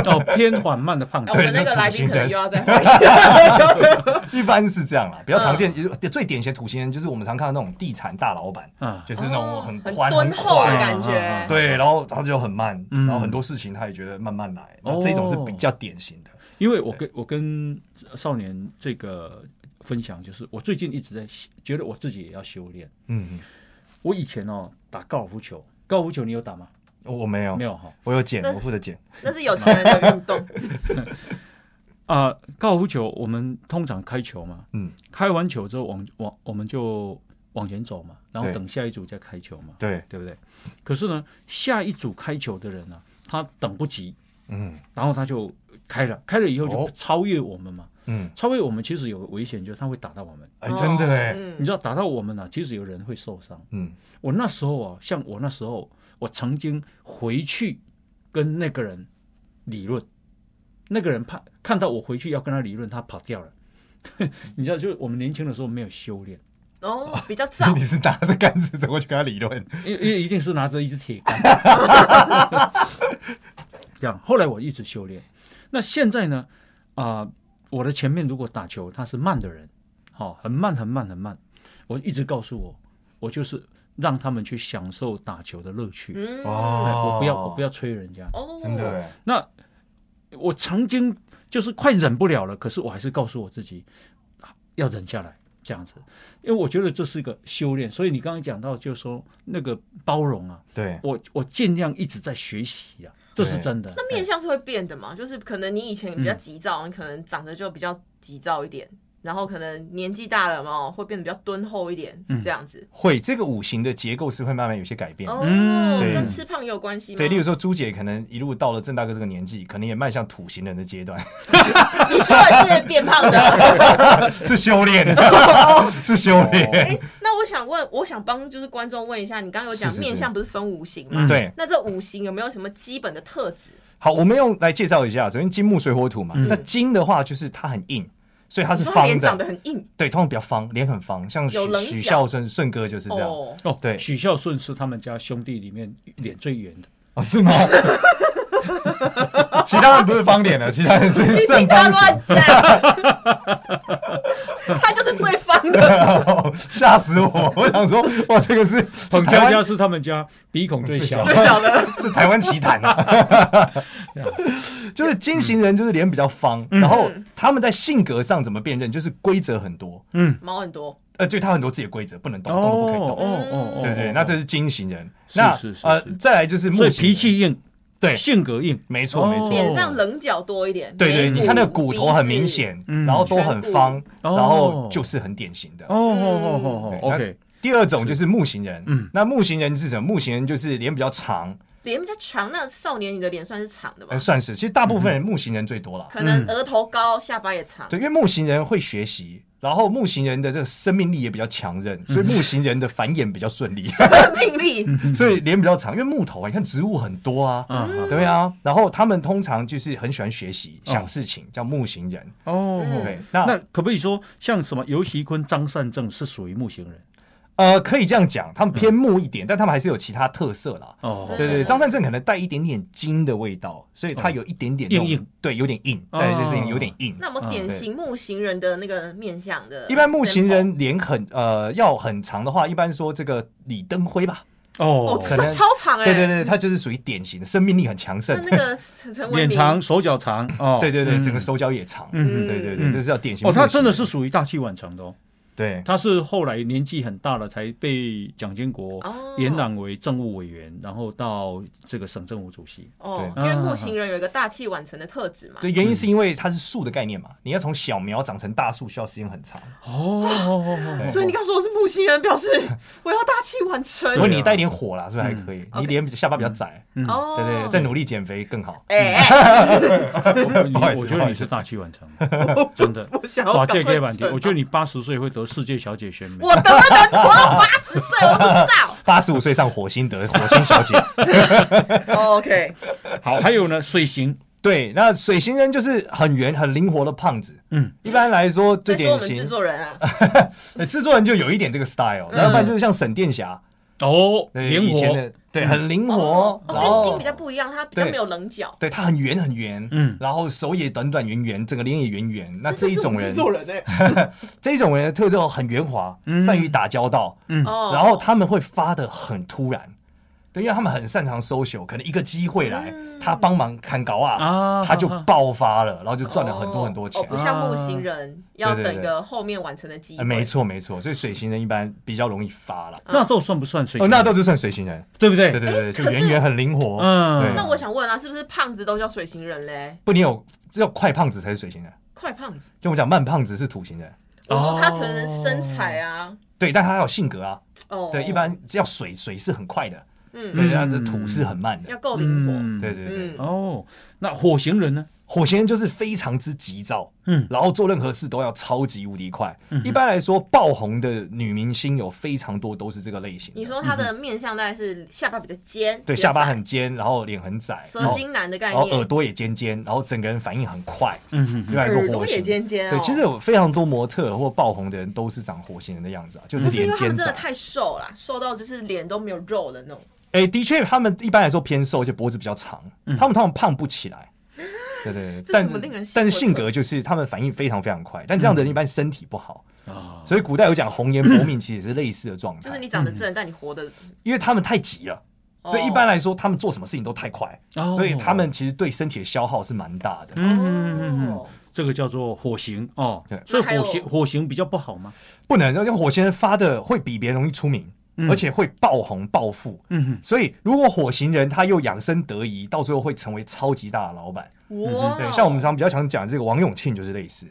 [SPEAKER 1] 哦偏缓慢的胖子
[SPEAKER 3] 哎，我，们那个来宾可能又要再换一个。
[SPEAKER 2] 一般是这样啦，比较常见。
[SPEAKER 1] 嗯
[SPEAKER 2] 最典型的土型人就是我们常看到那种地产大老板，
[SPEAKER 1] 啊
[SPEAKER 2] 就是那种很
[SPEAKER 3] 很
[SPEAKER 2] 宽啊嗯
[SPEAKER 3] 敦厚的
[SPEAKER 2] 快，
[SPEAKER 3] 感觉。
[SPEAKER 2] 对，然后他就很慢，
[SPEAKER 1] 嗯
[SPEAKER 2] 然后很多事情他也觉得慢慢来，
[SPEAKER 1] 哦
[SPEAKER 2] 那这种是比较典型的。
[SPEAKER 1] 因为我跟我跟少年这个分享，就是我最近一直在觉得我自己也要修炼。
[SPEAKER 2] 嗯，
[SPEAKER 1] 我以前哦打高尔夫球，高尔夫球你有打吗？
[SPEAKER 2] 嗯我没有
[SPEAKER 1] 没，有哈
[SPEAKER 2] 我有剪，
[SPEAKER 3] 但是
[SPEAKER 2] 我负责剪。
[SPEAKER 3] 那是有钱人的运动。
[SPEAKER 1] 啊、高尔夫球我们通常开球嘛，
[SPEAKER 2] 嗯，
[SPEAKER 1] 开完球之后往往我们就往前走嘛，然后
[SPEAKER 2] 对
[SPEAKER 1] 等下一组再开球嘛，
[SPEAKER 2] 对，
[SPEAKER 1] 对不对？可是呢，下一组开球的人呢、啊他等不及，
[SPEAKER 2] 嗯
[SPEAKER 1] 然后他就开了，开了以后就
[SPEAKER 2] 哦
[SPEAKER 1] 超越我们嘛。
[SPEAKER 2] 嗯，
[SPEAKER 1] 超越我们其实有个危险，就是他会打到我们。
[SPEAKER 2] 哎，真的哎，
[SPEAKER 3] 嗯
[SPEAKER 1] 你知道打到我们啊，其实有人会受伤。
[SPEAKER 2] 嗯，
[SPEAKER 1] 我那时候啊，像我那时候，我曾经回去跟那个人理论，那个人怕看到我回去要跟他理论，他跑掉了。 你知道，就是我们年轻的时候没有修炼，
[SPEAKER 3] 哦，比较 早
[SPEAKER 2] 你。是拿着杆子走过去跟他理论，
[SPEAKER 1] 因为因为一定是拿着一支铁杆，这样。后来我一直修炼，那现在呢？啊、我的前面如果打球，他是慢的人，好、很慢很慢很慢。我一直告诉我，我就是让他们去享受打球的乐趣。
[SPEAKER 3] 嗯
[SPEAKER 2] 哦
[SPEAKER 1] 哎我不要，我不要催人家。
[SPEAKER 3] 哦，
[SPEAKER 2] 真的哎，
[SPEAKER 1] 那我曾经就是快忍不了了，可是我还是告诉我自己啊要忍下来，这样子，因为我觉得这是一个修炼。所以你刚刚讲到，就是说那个包容啊，
[SPEAKER 2] 对，
[SPEAKER 1] 我我尽量一直在学习啊，这是真的。
[SPEAKER 3] 那面相是会变的嘛？就是可能你以前比较急
[SPEAKER 2] 嗯
[SPEAKER 3] 躁，你可能长得就比较急躁一点，然后可能年纪大了嘛，哦会变得比较敦厚一点，
[SPEAKER 2] 嗯
[SPEAKER 3] 这样子。
[SPEAKER 2] 会这个五行的结构是会慢慢有些改变的。
[SPEAKER 3] 哦，
[SPEAKER 1] 嗯
[SPEAKER 2] 对
[SPEAKER 3] 跟吃胖也有关系吗？
[SPEAKER 2] 对，例如说朱姐可能一路到了郑大哥这个年纪，可能也迈向土型人的阶段，
[SPEAKER 3] 你说的是变胖的。
[SPEAKER 2] 是修炼，
[SPEAKER 3] 哦
[SPEAKER 2] 是修炼。
[SPEAKER 3] 哎，那我想问，我想帮就是观众问一下，你刚刚有讲
[SPEAKER 2] 是是是
[SPEAKER 3] 面相不是分五行
[SPEAKER 1] 嗯
[SPEAKER 3] 吗？
[SPEAKER 2] 对，
[SPEAKER 3] 那这五行有没有什么基本的特质？
[SPEAKER 2] 好，我们用来介绍一下，首先金木水火土嘛，
[SPEAKER 1] 嗯
[SPEAKER 2] 那金的话就是它很硬，所以它是
[SPEAKER 3] 说他
[SPEAKER 2] 方
[SPEAKER 3] 脸长得
[SPEAKER 2] 的，
[SPEAKER 3] 很硬
[SPEAKER 2] 对，通常比较方，脸很方，像许
[SPEAKER 3] 有棱角
[SPEAKER 2] 许孝顺顺哥就是这样，
[SPEAKER 3] 哦，
[SPEAKER 1] 哦，
[SPEAKER 2] 对
[SPEAKER 1] 许孝顺是他们家兄弟里面脸最圆的。
[SPEAKER 2] 哦，是吗？ 其他人不是方脸的，其他人是
[SPEAKER 3] 你
[SPEAKER 2] 正
[SPEAKER 3] 听他
[SPEAKER 2] 方
[SPEAKER 3] 乱
[SPEAKER 2] 形。
[SPEAKER 3] 讲， 他就是最方的。
[SPEAKER 2] 吓死我！我想说，哇，这个是是
[SPEAKER 1] 彭
[SPEAKER 2] 台
[SPEAKER 1] 佳佳
[SPEAKER 2] 湾
[SPEAKER 1] 是他们家鼻孔最小
[SPEAKER 2] 最
[SPEAKER 3] 最
[SPEAKER 1] 的，
[SPEAKER 3] 小的，
[SPEAKER 2] 是台湾奇谈啊。 就是金型人，就是脸比较方，然后他们在性格上怎么辨认，就是规则很多，
[SPEAKER 1] 嗯，
[SPEAKER 3] 毛很多，
[SPEAKER 2] 呃，就他很多自己的规则，不能动，
[SPEAKER 1] 哦
[SPEAKER 2] 动都不可以动，
[SPEAKER 1] 哦哦哦，
[SPEAKER 2] 对对。
[SPEAKER 1] 哦
[SPEAKER 2] 那这是金型人，那
[SPEAKER 1] 是是是
[SPEAKER 2] 呃
[SPEAKER 1] 是，
[SPEAKER 2] 再来就是木
[SPEAKER 1] 所以
[SPEAKER 2] 型人
[SPEAKER 1] 脾，气硬，
[SPEAKER 2] 对
[SPEAKER 1] 性格硬，
[SPEAKER 2] 没错
[SPEAKER 1] 哦
[SPEAKER 2] 没错，
[SPEAKER 3] 脸上棱角多一点。
[SPEAKER 2] 对对，
[SPEAKER 3] 眉
[SPEAKER 2] 你看那个骨头很明，显，
[SPEAKER 1] 嗯
[SPEAKER 2] 然后都很方，
[SPEAKER 1] 颧骨
[SPEAKER 2] 然后就是很典型的
[SPEAKER 1] 哦。哦哦哦
[SPEAKER 2] 对
[SPEAKER 1] 哦，OK，
[SPEAKER 2] 第二种就是木型人，
[SPEAKER 1] 嗯
[SPEAKER 2] 那木型人是什么？木型人就是脸比较长，
[SPEAKER 3] 鼻子脸比较长。那少年，你的脸算是长的吧
[SPEAKER 2] 呃，？算是，其实大部分人木型人最多啦。
[SPEAKER 3] 可能额头高，下巴也长。
[SPEAKER 2] 对，因为木型人会学习，然后木型人的这个生命力也比较强韧，所以木型人的繁衍比较顺利，
[SPEAKER 3] 命力，
[SPEAKER 2] 所以脸比较长。因为木头啊，你看植物很多啊，
[SPEAKER 1] 啊，
[SPEAKER 2] 对啊，然后他们通常就是很喜欢学习、想事情，叫木型人。
[SPEAKER 1] 哦，
[SPEAKER 2] 对
[SPEAKER 3] 嗯，
[SPEAKER 1] 那
[SPEAKER 2] 那
[SPEAKER 1] 可不可以说像什么尤习坤、张善政是属于木型人？
[SPEAKER 2] 呃，可以这样讲，他们偏木一点，但他们还是有其他特色啦。
[SPEAKER 1] 哦，
[SPEAKER 2] 对对，对张善政可能带一点点金的味道，所以他
[SPEAKER 1] 哦
[SPEAKER 2] 有一点点那种
[SPEAKER 1] 硬硬，
[SPEAKER 2] 对，有点硬，
[SPEAKER 1] 哦
[SPEAKER 2] 对，就是有点硬。
[SPEAKER 3] 那我们典型木型人的那个面相
[SPEAKER 2] 嗯
[SPEAKER 3] 的，
[SPEAKER 2] 一般木型人脸很呃要很长的话，一般说这个李登辉吧，
[SPEAKER 3] 哦，
[SPEAKER 1] 哦，
[SPEAKER 2] 可
[SPEAKER 3] 这
[SPEAKER 2] 能
[SPEAKER 3] 超长哎，
[SPEAKER 2] 对对，对，他就是属于典型的生命力很强盛
[SPEAKER 3] 那，那个陈陈文
[SPEAKER 1] 脸
[SPEAKER 3] 明
[SPEAKER 1] 长，手脚长，哦，
[SPEAKER 2] 对对对，
[SPEAKER 1] 嗯
[SPEAKER 2] 整个手脚也长，
[SPEAKER 1] 嗯
[SPEAKER 2] 对对
[SPEAKER 1] 嗯
[SPEAKER 2] 对，这是叫典型
[SPEAKER 1] 哦，
[SPEAKER 2] 木型人。
[SPEAKER 1] 他真的是属于大器晚成的哦，
[SPEAKER 2] 对
[SPEAKER 1] 他是后来年纪很大了才被蒋经国
[SPEAKER 3] 哦
[SPEAKER 1] 延揽为政务委员，然后到这个省政府主席。
[SPEAKER 3] 哦，因
[SPEAKER 1] 对
[SPEAKER 3] 为木型人有一个大器晚成的特质嘛。
[SPEAKER 2] 嗯对，原因是因为它是树的概念嘛，你要从小苗长成大树需要时间很长，
[SPEAKER 1] 哦，
[SPEAKER 3] 所以你刚说我是木型人，表示 我要大器晚成
[SPEAKER 2] 如。果你带一点火啦，是不是还可以？
[SPEAKER 3] 啊嗯
[SPEAKER 2] 你脸比下巴比较窄，
[SPEAKER 1] 嗯
[SPEAKER 3] 哦，
[SPEAKER 2] 对对，再努力减肥更好。
[SPEAKER 3] 哎哎，
[SPEAKER 1] 你
[SPEAKER 2] 不好意
[SPEAKER 1] 嗯
[SPEAKER 2] 思
[SPEAKER 1] 我觉
[SPEAKER 2] 不
[SPEAKER 1] 得
[SPEAKER 2] 好
[SPEAKER 1] 你
[SPEAKER 2] 意思
[SPEAKER 1] 是大器晚成，真的。
[SPEAKER 3] 我想
[SPEAKER 1] 哇，
[SPEAKER 3] 要
[SPEAKER 1] 这个
[SPEAKER 3] 赶快
[SPEAKER 1] 也蛮低
[SPEAKER 3] 成
[SPEAKER 1] 我觉得你八十岁会得世界小姐选美。
[SPEAKER 3] 我能不能活到八十岁，我不知
[SPEAKER 2] 八十五岁上火星得火星小 姐，
[SPEAKER 3] 道。OK，哦
[SPEAKER 1] 好，还有呢，水型，
[SPEAKER 2] 对，那水型人就是很圆、很灵活的胖子。
[SPEAKER 1] 嗯，
[SPEAKER 2] 一般来说最
[SPEAKER 3] 再说
[SPEAKER 2] 典
[SPEAKER 3] 我们制
[SPEAKER 2] 型，
[SPEAKER 3] 作人 啊，
[SPEAKER 2] 呃制作人就有一点这个 style，然后不然就是像沈殿霞，
[SPEAKER 1] 哦，
[SPEAKER 2] 对
[SPEAKER 1] 嗯灵
[SPEAKER 2] 以前
[SPEAKER 1] 活，嗯
[SPEAKER 2] 的，对，很灵活
[SPEAKER 3] 哦，
[SPEAKER 2] 然
[SPEAKER 3] 跟金
[SPEAKER 2] 后
[SPEAKER 3] 比较不一样，它比较
[SPEAKER 2] 对
[SPEAKER 3] 没有棱角。
[SPEAKER 2] 对他很圆很圆，
[SPEAKER 1] 嗯
[SPEAKER 2] 然后手也短短圆圆，整个脸也圆圆。那这一种
[SPEAKER 3] 这
[SPEAKER 2] 人
[SPEAKER 3] 是，我们制作人哎，
[SPEAKER 2] 这一种人的特征很圆滑，
[SPEAKER 1] 嗯
[SPEAKER 2] 善于打交道，
[SPEAKER 3] 哦
[SPEAKER 2] 然后他们会发的很突然，对，因为他们很擅长 social，可能一个机会来，
[SPEAKER 3] 嗯
[SPEAKER 2] 他帮忙砍稿啊
[SPEAKER 1] 啊，
[SPEAKER 2] 他就爆发了，然后就赚了很多
[SPEAKER 3] 哦
[SPEAKER 2] 很多钱
[SPEAKER 3] 哦。不像木
[SPEAKER 1] 啊
[SPEAKER 3] 型人，要
[SPEAKER 2] 对对
[SPEAKER 3] 等一
[SPEAKER 2] 对
[SPEAKER 3] 个后面完成的机
[SPEAKER 2] 呃
[SPEAKER 3] 会。
[SPEAKER 2] 没，错没错，所以水型人一般比较容易发了。
[SPEAKER 1] 纳豆算不算水
[SPEAKER 2] 哦，
[SPEAKER 1] 型？
[SPEAKER 2] 纳豆就算水型人，
[SPEAKER 1] 对不对？
[SPEAKER 2] 对对对，就
[SPEAKER 3] 可是
[SPEAKER 2] 圆圆很灵活。
[SPEAKER 1] 嗯
[SPEAKER 2] 对
[SPEAKER 3] 那我想问啊，是不是胖子都叫水型人嘞？
[SPEAKER 2] 不，你有只有快胖子才是水型人，
[SPEAKER 3] 快胖子，
[SPEAKER 2] 就我讲慢胖子是土型人。
[SPEAKER 3] 我说他可能
[SPEAKER 1] 哦
[SPEAKER 3] 身材啊，
[SPEAKER 2] 对，但他还有性格啊。
[SPEAKER 3] 哦，
[SPEAKER 2] 对，一般只要水水是很快的，
[SPEAKER 3] 嗯
[SPEAKER 2] 对，他的土是很慢
[SPEAKER 3] 要
[SPEAKER 2] 的。
[SPEAKER 3] 够灵活。
[SPEAKER 1] 嗯，
[SPEAKER 2] 对对对，
[SPEAKER 3] 嗯，
[SPEAKER 1] 哦，那火型人呢？
[SPEAKER 2] 火星人就是非常之急躁，
[SPEAKER 1] 嗯
[SPEAKER 2] 然后做任何事都要超级无敌快。一般来说，爆红的女明星有非常多都是这个类型的。
[SPEAKER 3] 你说他的面相大概是下巴比较尖，
[SPEAKER 2] 嗯对，
[SPEAKER 3] 比较
[SPEAKER 2] 下巴
[SPEAKER 3] 窄
[SPEAKER 2] 很尖，然后脸很哦窄，然
[SPEAKER 3] 蛇
[SPEAKER 2] 后
[SPEAKER 3] 精男的概
[SPEAKER 2] 然后耳
[SPEAKER 3] 念，
[SPEAKER 2] 朵也尖尖，然后整个人反应很快。
[SPEAKER 1] 嗯哼
[SPEAKER 2] 一般来说，
[SPEAKER 3] 耳
[SPEAKER 2] 火
[SPEAKER 3] 朵
[SPEAKER 2] 星
[SPEAKER 3] 也尖尖哦。
[SPEAKER 2] 对，其实有非常多模特或爆红的人都是长火星人的样子啊，就是
[SPEAKER 3] 不是因
[SPEAKER 2] 脸
[SPEAKER 3] 为他
[SPEAKER 2] 尖
[SPEAKER 3] 们真
[SPEAKER 2] 窄
[SPEAKER 3] 的。太瘦了，瘦到就是脸都没有肉的那种。
[SPEAKER 2] 哎、的确，他们一般来说偏瘦，而且脖子比较长，他们通常胖不起 来。对对对，
[SPEAKER 3] 这
[SPEAKER 2] 但
[SPEAKER 3] 怎么令人
[SPEAKER 2] 是
[SPEAKER 3] 心
[SPEAKER 2] 但是
[SPEAKER 3] 火
[SPEAKER 2] 性格就是他们反应非常非常快，但这样的人一般身体不好。
[SPEAKER 1] 啊，
[SPEAKER 2] 所以古代有讲红颜薄命，其实也是类似的状
[SPEAKER 3] 就是
[SPEAKER 2] 态
[SPEAKER 3] 你，长得正，但你活的
[SPEAKER 2] 因为他们太急了，嗯
[SPEAKER 3] 哦
[SPEAKER 2] 所以一般来说他们做什么事情都太快，
[SPEAKER 1] 哦
[SPEAKER 2] 所以他们其实对身体的消耗是蛮大的。
[SPEAKER 1] 嗯嗯嗯嗯，
[SPEAKER 3] 哦，
[SPEAKER 1] 这个叫做火型哦
[SPEAKER 2] 对，
[SPEAKER 1] 所以
[SPEAKER 3] 那还有
[SPEAKER 1] 火型火型比较不好吗？
[SPEAKER 2] 不能，因为火星人发的会比别人容易出名，
[SPEAKER 1] 嗯
[SPEAKER 2] 而且会爆红暴富。
[SPEAKER 1] 嗯哼，
[SPEAKER 2] 所以如果火星人他又养生得宜，到最后会成为超级大的老板。
[SPEAKER 1] 哦
[SPEAKER 3] 哇，
[SPEAKER 2] 对，像我们常比较常讲这个王永庆就是类似，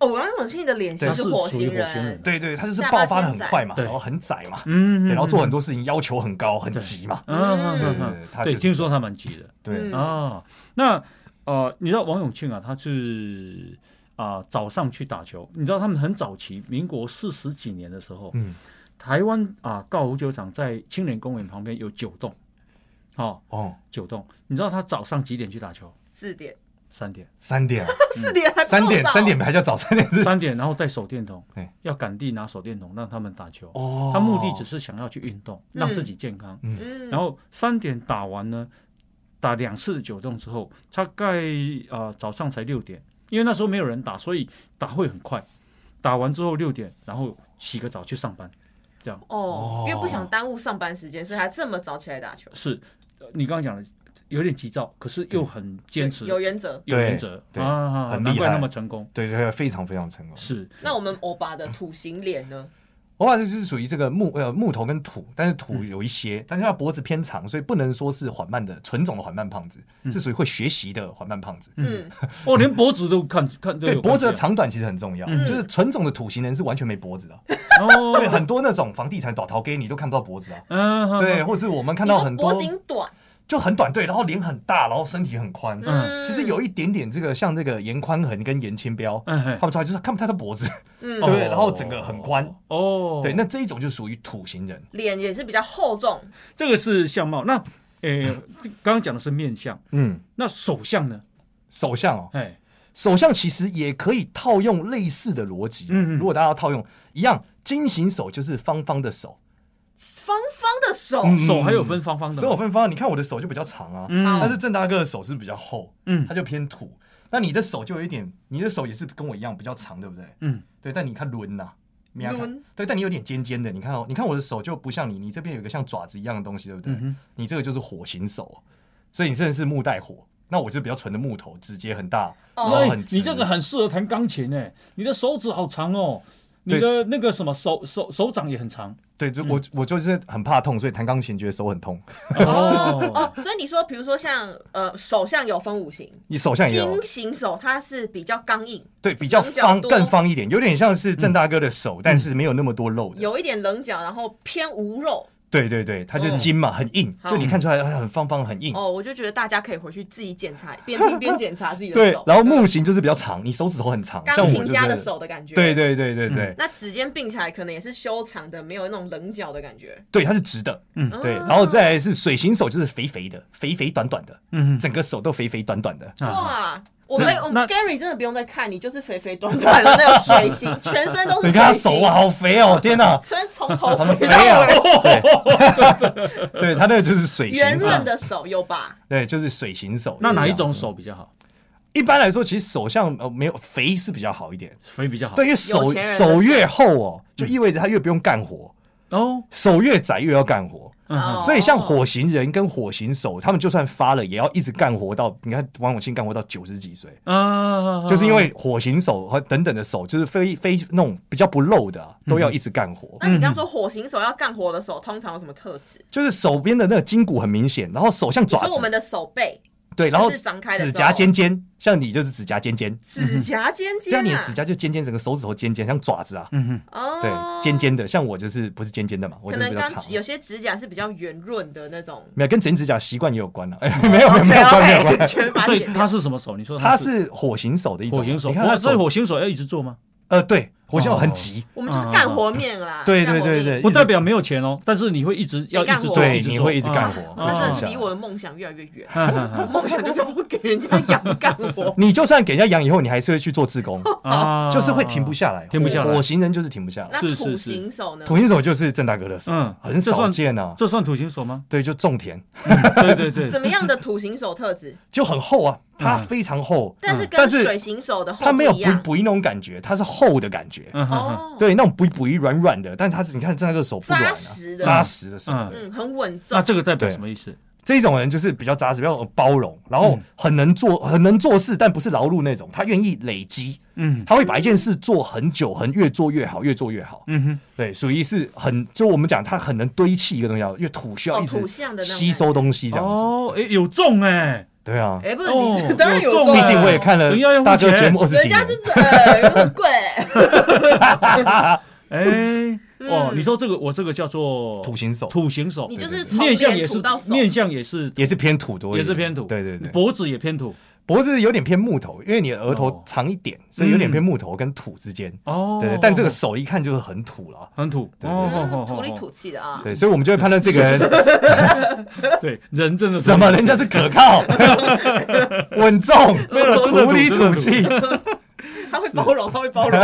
[SPEAKER 3] 哦，王永庆的脸型
[SPEAKER 1] 对是
[SPEAKER 3] 火
[SPEAKER 1] 属于
[SPEAKER 3] 星
[SPEAKER 1] 火星人
[SPEAKER 3] 人，
[SPEAKER 2] 对对，他就是爆发的很快嘛，
[SPEAKER 1] 对
[SPEAKER 2] 然后很窄嘛，
[SPEAKER 1] 嗯
[SPEAKER 2] 对，然后做很
[SPEAKER 1] 多，
[SPEAKER 2] 多事情要求很高，很急嘛。
[SPEAKER 1] 嗯，嗯
[SPEAKER 3] 对
[SPEAKER 2] 对
[SPEAKER 1] 嗯
[SPEAKER 2] 对
[SPEAKER 1] 嗯
[SPEAKER 2] 对，他就
[SPEAKER 1] 对，
[SPEAKER 2] 是
[SPEAKER 1] 听说他蛮急的
[SPEAKER 2] 对
[SPEAKER 3] 嗯
[SPEAKER 1] 啊。那呃，你知道王永庆啊，他是啊早上去打球，你知道他们很早期，民国四十几年的时候，
[SPEAKER 2] 嗯
[SPEAKER 1] 台湾啊高尔夫球场在青年公园旁边有九栋，哦，
[SPEAKER 2] 哦，
[SPEAKER 1] 九栋，你知道他早上几点去打球？
[SPEAKER 3] 四点，
[SPEAKER 1] 三点，
[SPEAKER 2] 三点啊，
[SPEAKER 3] 四点还不够
[SPEAKER 2] 三 点，
[SPEAKER 3] 早
[SPEAKER 2] 三点还叫早，三点是
[SPEAKER 1] 三点，然后带手电筒
[SPEAKER 2] 对，
[SPEAKER 1] 要赶地拿手电筒让他们打球。
[SPEAKER 2] 哦
[SPEAKER 1] 他目的只是想要去运动，让自己健康。
[SPEAKER 3] 嗯，
[SPEAKER 1] 然后三点打完呢，打两次九洞之后，大概啊、呃早上才六点，因为那时候没有人打，所以打会很快。打完之后六点，然后洗个澡去上班，这样
[SPEAKER 3] 哦
[SPEAKER 2] 哦，
[SPEAKER 3] 因为不想耽误上班时间，所以他这么早起来打球，
[SPEAKER 1] 是呃你刚刚讲的有点急躁，可是又很坚持，
[SPEAKER 3] 有
[SPEAKER 1] 有
[SPEAKER 3] 原则。
[SPEAKER 1] 原则
[SPEAKER 2] 对对
[SPEAKER 1] 啊，
[SPEAKER 2] 很厉害
[SPEAKER 1] 难怪那么成功。
[SPEAKER 2] 对，这个非常非常成功。
[SPEAKER 1] 是
[SPEAKER 3] 那我们欧巴的土型脸呢？
[SPEAKER 2] 我把就是属于这个木呃木头跟土，但是土
[SPEAKER 1] 嗯
[SPEAKER 2] 有一些，但是它脖子偏长，所以不能说是缓慢的纯种的缓慢胖子，
[SPEAKER 1] 嗯
[SPEAKER 2] 是属于会学习的缓慢胖子。
[SPEAKER 3] 嗯，
[SPEAKER 1] 哦，连脖子都看看都
[SPEAKER 2] 对，
[SPEAKER 1] 有
[SPEAKER 2] 脖子的
[SPEAKER 1] 看见
[SPEAKER 2] 长短其实很重要，
[SPEAKER 1] 嗯
[SPEAKER 2] 就是纯种的土型人是完全没脖子 的，对，
[SPEAKER 1] 哦，
[SPEAKER 2] 很多那种房地产倒逃给你都看不到脖子啊。
[SPEAKER 1] 嗯，
[SPEAKER 2] 对，或是我们看
[SPEAKER 3] 你
[SPEAKER 2] 到
[SPEAKER 3] 说
[SPEAKER 2] 很多
[SPEAKER 3] 脖颈短，
[SPEAKER 2] 就很短，对，然后脸很大，然后身体很宽，
[SPEAKER 1] 嗯
[SPEAKER 2] 其实有一点点这个像这个严宽恒跟严清标，
[SPEAKER 1] 嗯嘿
[SPEAKER 2] 看不出来，就是看不太到脖子，
[SPEAKER 3] 嗯
[SPEAKER 2] 对，然后整个很宽，
[SPEAKER 1] 哦，
[SPEAKER 2] 对，那这一种就属于土型人，
[SPEAKER 3] 脸也是比较厚重，
[SPEAKER 1] 这个是相貌。那诶，这刚刚讲的是面相，
[SPEAKER 2] 嗯，
[SPEAKER 1] 那手相呢？
[SPEAKER 2] 首相哦，
[SPEAKER 1] 哎，
[SPEAKER 2] 首相其实也可以套用类似的逻辑，
[SPEAKER 1] 嗯嗯
[SPEAKER 2] 如果大家要套用一样，金型手就是方方的手，
[SPEAKER 3] 方方的手，
[SPEAKER 2] 嗯
[SPEAKER 1] 哦手还有分方方的吗，
[SPEAKER 2] 手有分方，你看我的手就比较长啊，
[SPEAKER 1] 嗯
[SPEAKER 2] 但是郑大哥的手是比较厚，
[SPEAKER 1] 嗯
[SPEAKER 2] 他就偏土，那你的手就有一点，你的手也是跟我一样比较长，对不对？
[SPEAKER 1] 嗯
[SPEAKER 2] 对，但你看轮呐、啊。你看
[SPEAKER 3] 轮
[SPEAKER 2] 对，但你有点尖尖的，你看哦，你看我的手就不像你，你这边有一个像爪子一样的东西，对不对？
[SPEAKER 1] 嗯哼
[SPEAKER 2] 你这个就是火型手，所以你真的是木带火。那我就比较纯的木头，指节很大，
[SPEAKER 3] 哦
[SPEAKER 2] 然
[SPEAKER 1] 那
[SPEAKER 2] 后
[SPEAKER 1] 你
[SPEAKER 2] 很直。
[SPEAKER 1] 哎你这个很适合弹钢琴诶，你的手指好长哦，你
[SPEAKER 2] 对
[SPEAKER 1] 的那个什么手手手掌也很 长
[SPEAKER 2] 对，就我我就是很怕痛，所以弹钢琴觉得手很痛。
[SPEAKER 1] 哦
[SPEAKER 3] 哦，所以你说，比如说像呃，手相有分五行，
[SPEAKER 2] 你手像也有
[SPEAKER 3] 金型手它是比较刚硬，
[SPEAKER 2] 对比较方
[SPEAKER 3] 棱角多
[SPEAKER 2] 更方一点，有点像是郑大哥的手，但是没有那么多肉的。
[SPEAKER 3] 有一点棱角，然后偏无肉。
[SPEAKER 2] 对对对，它就是筋嘛，很硬，
[SPEAKER 3] 好
[SPEAKER 2] 就你看出来它很方方很硬。
[SPEAKER 3] 哦，我就觉得大家可以回去自己检查，边听边检查自己的
[SPEAKER 2] 对
[SPEAKER 3] 手，，嗯
[SPEAKER 2] 然后木型就是比较长，你手指头很长，像
[SPEAKER 3] 钢
[SPEAKER 2] 我
[SPEAKER 3] 琴
[SPEAKER 2] 就
[SPEAKER 3] 家的
[SPEAKER 2] 是。
[SPEAKER 3] 手的感觉。
[SPEAKER 2] 对。对对对对
[SPEAKER 3] 那指尖并起来可能也是修长的，没有那种棱角的感觉。
[SPEAKER 2] 对，它是直的。
[SPEAKER 1] 嗯
[SPEAKER 2] 对，
[SPEAKER 3] 哦
[SPEAKER 2] 然后再来是水型手，就是肥肥的，肥肥短短的，
[SPEAKER 1] 嗯
[SPEAKER 2] 整个手都肥肥短短的。
[SPEAKER 1] 啊，
[SPEAKER 3] 哇，我
[SPEAKER 1] 这
[SPEAKER 3] 们我们
[SPEAKER 1] 那
[SPEAKER 3] Gary 真的不用再看，你就是肥肥短短的那种 水型，全身都是。
[SPEAKER 2] 你看他手啊，，好肥哦，天哪，
[SPEAKER 3] 真从头
[SPEAKER 2] 好
[SPEAKER 3] 肥哦
[SPEAKER 2] 肥
[SPEAKER 3] 到
[SPEAKER 2] 啊
[SPEAKER 3] 尾，！
[SPEAKER 2] 对， 对他那个就是水
[SPEAKER 3] 圆
[SPEAKER 2] 型手
[SPEAKER 3] 润，的手有吧？
[SPEAKER 2] 对，就是水型手。
[SPEAKER 1] 那
[SPEAKER 2] 就是
[SPEAKER 1] 哪
[SPEAKER 2] 这
[SPEAKER 1] 一
[SPEAKER 2] 样子
[SPEAKER 1] 种手？比较好？
[SPEAKER 2] 一般来说，其实手像呃没有肥是比较好一点，
[SPEAKER 1] 肥比较好，
[SPEAKER 2] 对，因为手
[SPEAKER 3] 有钱人的
[SPEAKER 2] 手越厚哦，
[SPEAKER 1] 嗯
[SPEAKER 2] 就意味着他越不用干活，
[SPEAKER 1] 哦，
[SPEAKER 2] 手越窄越要干活。
[SPEAKER 1] 嗯
[SPEAKER 3] 哦
[SPEAKER 2] 所以像火型人跟火型手，他们就算发了，也要一直干活到你看王永庆干活到九十几岁。
[SPEAKER 3] 嗯
[SPEAKER 1] 啊
[SPEAKER 2] 就是因为火型手和等等的手，就是非非那种比较不露的啊、
[SPEAKER 1] 嗯
[SPEAKER 2] 都要一直干活。
[SPEAKER 3] 那你刚说火型手要干活的手，通常有什么特质？
[SPEAKER 2] 就是手边的那个筋骨很明显，然后手像
[SPEAKER 3] 你
[SPEAKER 2] 爪
[SPEAKER 3] 说我们
[SPEAKER 2] 子，
[SPEAKER 3] 的手背、
[SPEAKER 2] 对，然后
[SPEAKER 3] 就是张开的时候
[SPEAKER 2] 指甲尖尖，像你就是指甲尖尖，
[SPEAKER 3] 指甲尖
[SPEAKER 2] 嗯这
[SPEAKER 3] 尖
[SPEAKER 2] 样你的
[SPEAKER 3] 啊，
[SPEAKER 2] 指甲就尖尖，整个手指头尖尖，像爪子啊，
[SPEAKER 1] 嗯哼，
[SPEAKER 3] 哦，
[SPEAKER 2] 对，尖。尖的。像我就是不是尖尖的嘛，我
[SPEAKER 3] 可
[SPEAKER 2] 就是
[SPEAKER 3] 能
[SPEAKER 2] 比较
[SPEAKER 3] 刚
[SPEAKER 2] 长，
[SPEAKER 3] 有些指甲是比较圆润的那种，
[SPEAKER 2] 没有跟剪指甲习惯也有关了、啊。
[SPEAKER 3] 哦
[SPEAKER 2] 哎， 没有没有没有关没有关。
[SPEAKER 3] 全把它
[SPEAKER 1] 所以
[SPEAKER 3] 剪掉
[SPEAKER 1] 他。是什么手？你说
[SPEAKER 2] 他
[SPEAKER 1] 他
[SPEAKER 2] 是火型手的一种，啊
[SPEAKER 1] 火星手，
[SPEAKER 2] 你看他
[SPEAKER 1] 哇所以
[SPEAKER 2] 手，
[SPEAKER 1] 火星手要一直做吗？
[SPEAKER 2] 呃，对，火型手很
[SPEAKER 1] 哦
[SPEAKER 2] 急，
[SPEAKER 3] 我们就是干活面啦，
[SPEAKER 2] 嗯对
[SPEAKER 3] 干
[SPEAKER 2] 对
[SPEAKER 3] 活
[SPEAKER 2] 对
[SPEAKER 3] 面
[SPEAKER 2] 对，
[SPEAKER 1] 不
[SPEAKER 2] 一直
[SPEAKER 1] 代表没有钱哦，但是你会一直要一直做，
[SPEAKER 2] 对，
[SPEAKER 1] 直
[SPEAKER 2] 你
[SPEAKER 1] 做
[SPEAKER 2] 会一直干
[SPEAKER 1] 啊
[SPEAKER 2] 活，
[SPEAKER 3] 那真的
[SPEAKER 2] 嗯
[SPEAKER 1] 哦
[SPEAKER 3] 是离我的梦想越来越远。
[SPEAKER 1] 哈哈哈
[SPEAKER 3] 我梦想就是不给人家养干
[SPEAKER 2] 。
[SPEAKER 3] 活
[SPEAKER 2] 你就算给人家养以后，你还是会去做志工，
[SPEAKER 1] 啊
[SPEAKER 2] 就是会停不。下来，
[SPEAKER 1] 停不下来
[SPEAKER 2] 火型人就是停不下来，
[SPEAKER 3] 哦那
[SPEAKER 1] 是是
[SPEAKER 3] 土
[SPEAKER 1] 是
[SPEAKER 3] 型手呢？
[SPEAKER 2] 土型手就是郑大哥的手，
[SPEAKER 1] 嗯
[SPEAKER 2] 很少见啊。
[SPEAKER 1] 这算土型手 吗？
[SPEAKER 2] 对，就种田
[SPEAKER 1] 对对对，
[SPEAKER 3] 怎么样的土型手特质？
[SPEAKER 2] 就很厚啊，它
[SPEAKER 1] 嗯
[SPEAKER 2] 非常厚，
[SPEAKER 3] 但是
[SPEAKER 2] 但
[SPEAKER 3] 跟
[SPEAKER 2] 是
[SPEAKER 3] 水型手的后
[SPEAKER 2] 它没有
[SPEAKER 3] 不一
[SPEAKER 2] 不
[SPEAKER 3] 样
[SPEAKER 2] 不那种感觉，它是厚的感觉，
[SPEAKER 1] 嗯哼哼，
[SPEAKER 3] 哦，，
[SPEAKER 2] 对，那种不不软软的，但它是你看郑大哥的手不软啊
[SPEAKER 3] 扎实，的
[SPEAKER 2] 扎实的手，
[SPEAKER 1] 嗯
[SPEAKER 2] 对
[SPEAKER 3] 嗯，很稳重
[SPEAKER 1] 那。这个代表什么意思？
[SPEAKER 2] 这种人就是比较扎实，比较有包容，然
[SPEAKER 1] 嗯
[SPEAKER 2] 后很能做很能做事，但不是劳碌那种，他愿意累积，
[SPEAKER 1] 嗯
[SPEAKER 2] 他会把一件事做很久，很越做越好，越做越好。
[SPEAKER 1] 嗯哼，
[SPEAKER 2] 对，属于是很，就我们讲，它很能堆砌一个东西啊，因为土需要
[SPEAKER 3] 哦
[SPEAKER 2] 一
[SPEAKER 3] 土象的
[SPEAKER 2] 直
[SPEAKER 3] 那种
[SPEAKER 2] 吸收东西这样子。
[SPEAKER 1] 哦，哎，有中哎，
[SPEAKER 2] 对啊，
[SPEAKER 3] 哎，不是
[SPEAKER 1] 哦
[SPEAKER 3] 你，当然有
[SPEAKER 1] 有
[SPEAKER 3] 做
[SPEAKER 1] 重
[SPEAKER 2] 毕
[SPEAKER 3] 啊，
[SPEAKER 2] 竟我也看了
[SPEAKER 1] 人家要用
[SPEAKER 2] 大哥
[SPEAKER 1] 钱
[SPEAKER 2] 节目二十
[SPEAKER 3] 人
[SPEAKER 2] 几
[SPEAKER 3] 家
[SPEAKER 2] 年
[SPEAKER 3] 就，是呃贵，
[SPEAKER 2] 哦
[SPEAKER 1] 哎，哦，
[SPEAKER 3] 嗯
[SPEAKER 1] 你说这个我这个叫做
[SPEAKER 2] 土型手
[SPEAKER 1] 土型手
[SPEAKER 3] 你，就是从
[SPEAKER 1] 面相也
[SPEAKER 3] 脸
[SPEAKER 1] 是
[SPEAKER 3] 土到手，
[SPEAKER 1] 面相也是
[SPEAKER 2] 也是偏土多一
[SPEAKER 1] 也
[SPEAKER 2] 点，
[SPEAKER 1] 是偏土，嗯
[SPEAKER 2] 对对对，
[SPEAKER 1] 脖子也偏土，
[SPEAKER 2] 脖子有点偏木头，因为你的额头
[SPEAKER 1] 哦
[SPEAKER 2] 长一点，所以有点偏木头跟土之间。
[SPEAKER 1] 哦，
[SPEAKER 2] 对，但这个手一看就是很土了。
[SPEAKER 1] 很土，
[SPEAKER 2] 对
[SPEAKER 1] 哦
[SPEAKER 3] 嗯
[SPEAKER 1] 哦哦
[SPEAKER 3] 土里
[SPEAKER 1] 哦
[SPEAKER 3] 土气的啊。
[SPEAKER 2] 对，所以我们就会判断这个人
[SPEAKER 1] 对人真的
[SPEAKER 2] 什么人家是可靠、 稳重、
[SPEAKER 1] 没有啦真的土
[SPEAKER 2] 土里
[SPEAKER 1] 真的土
[SPEAKER 2] 土气。
[SPEAKER 3] 他会包容，他会包容。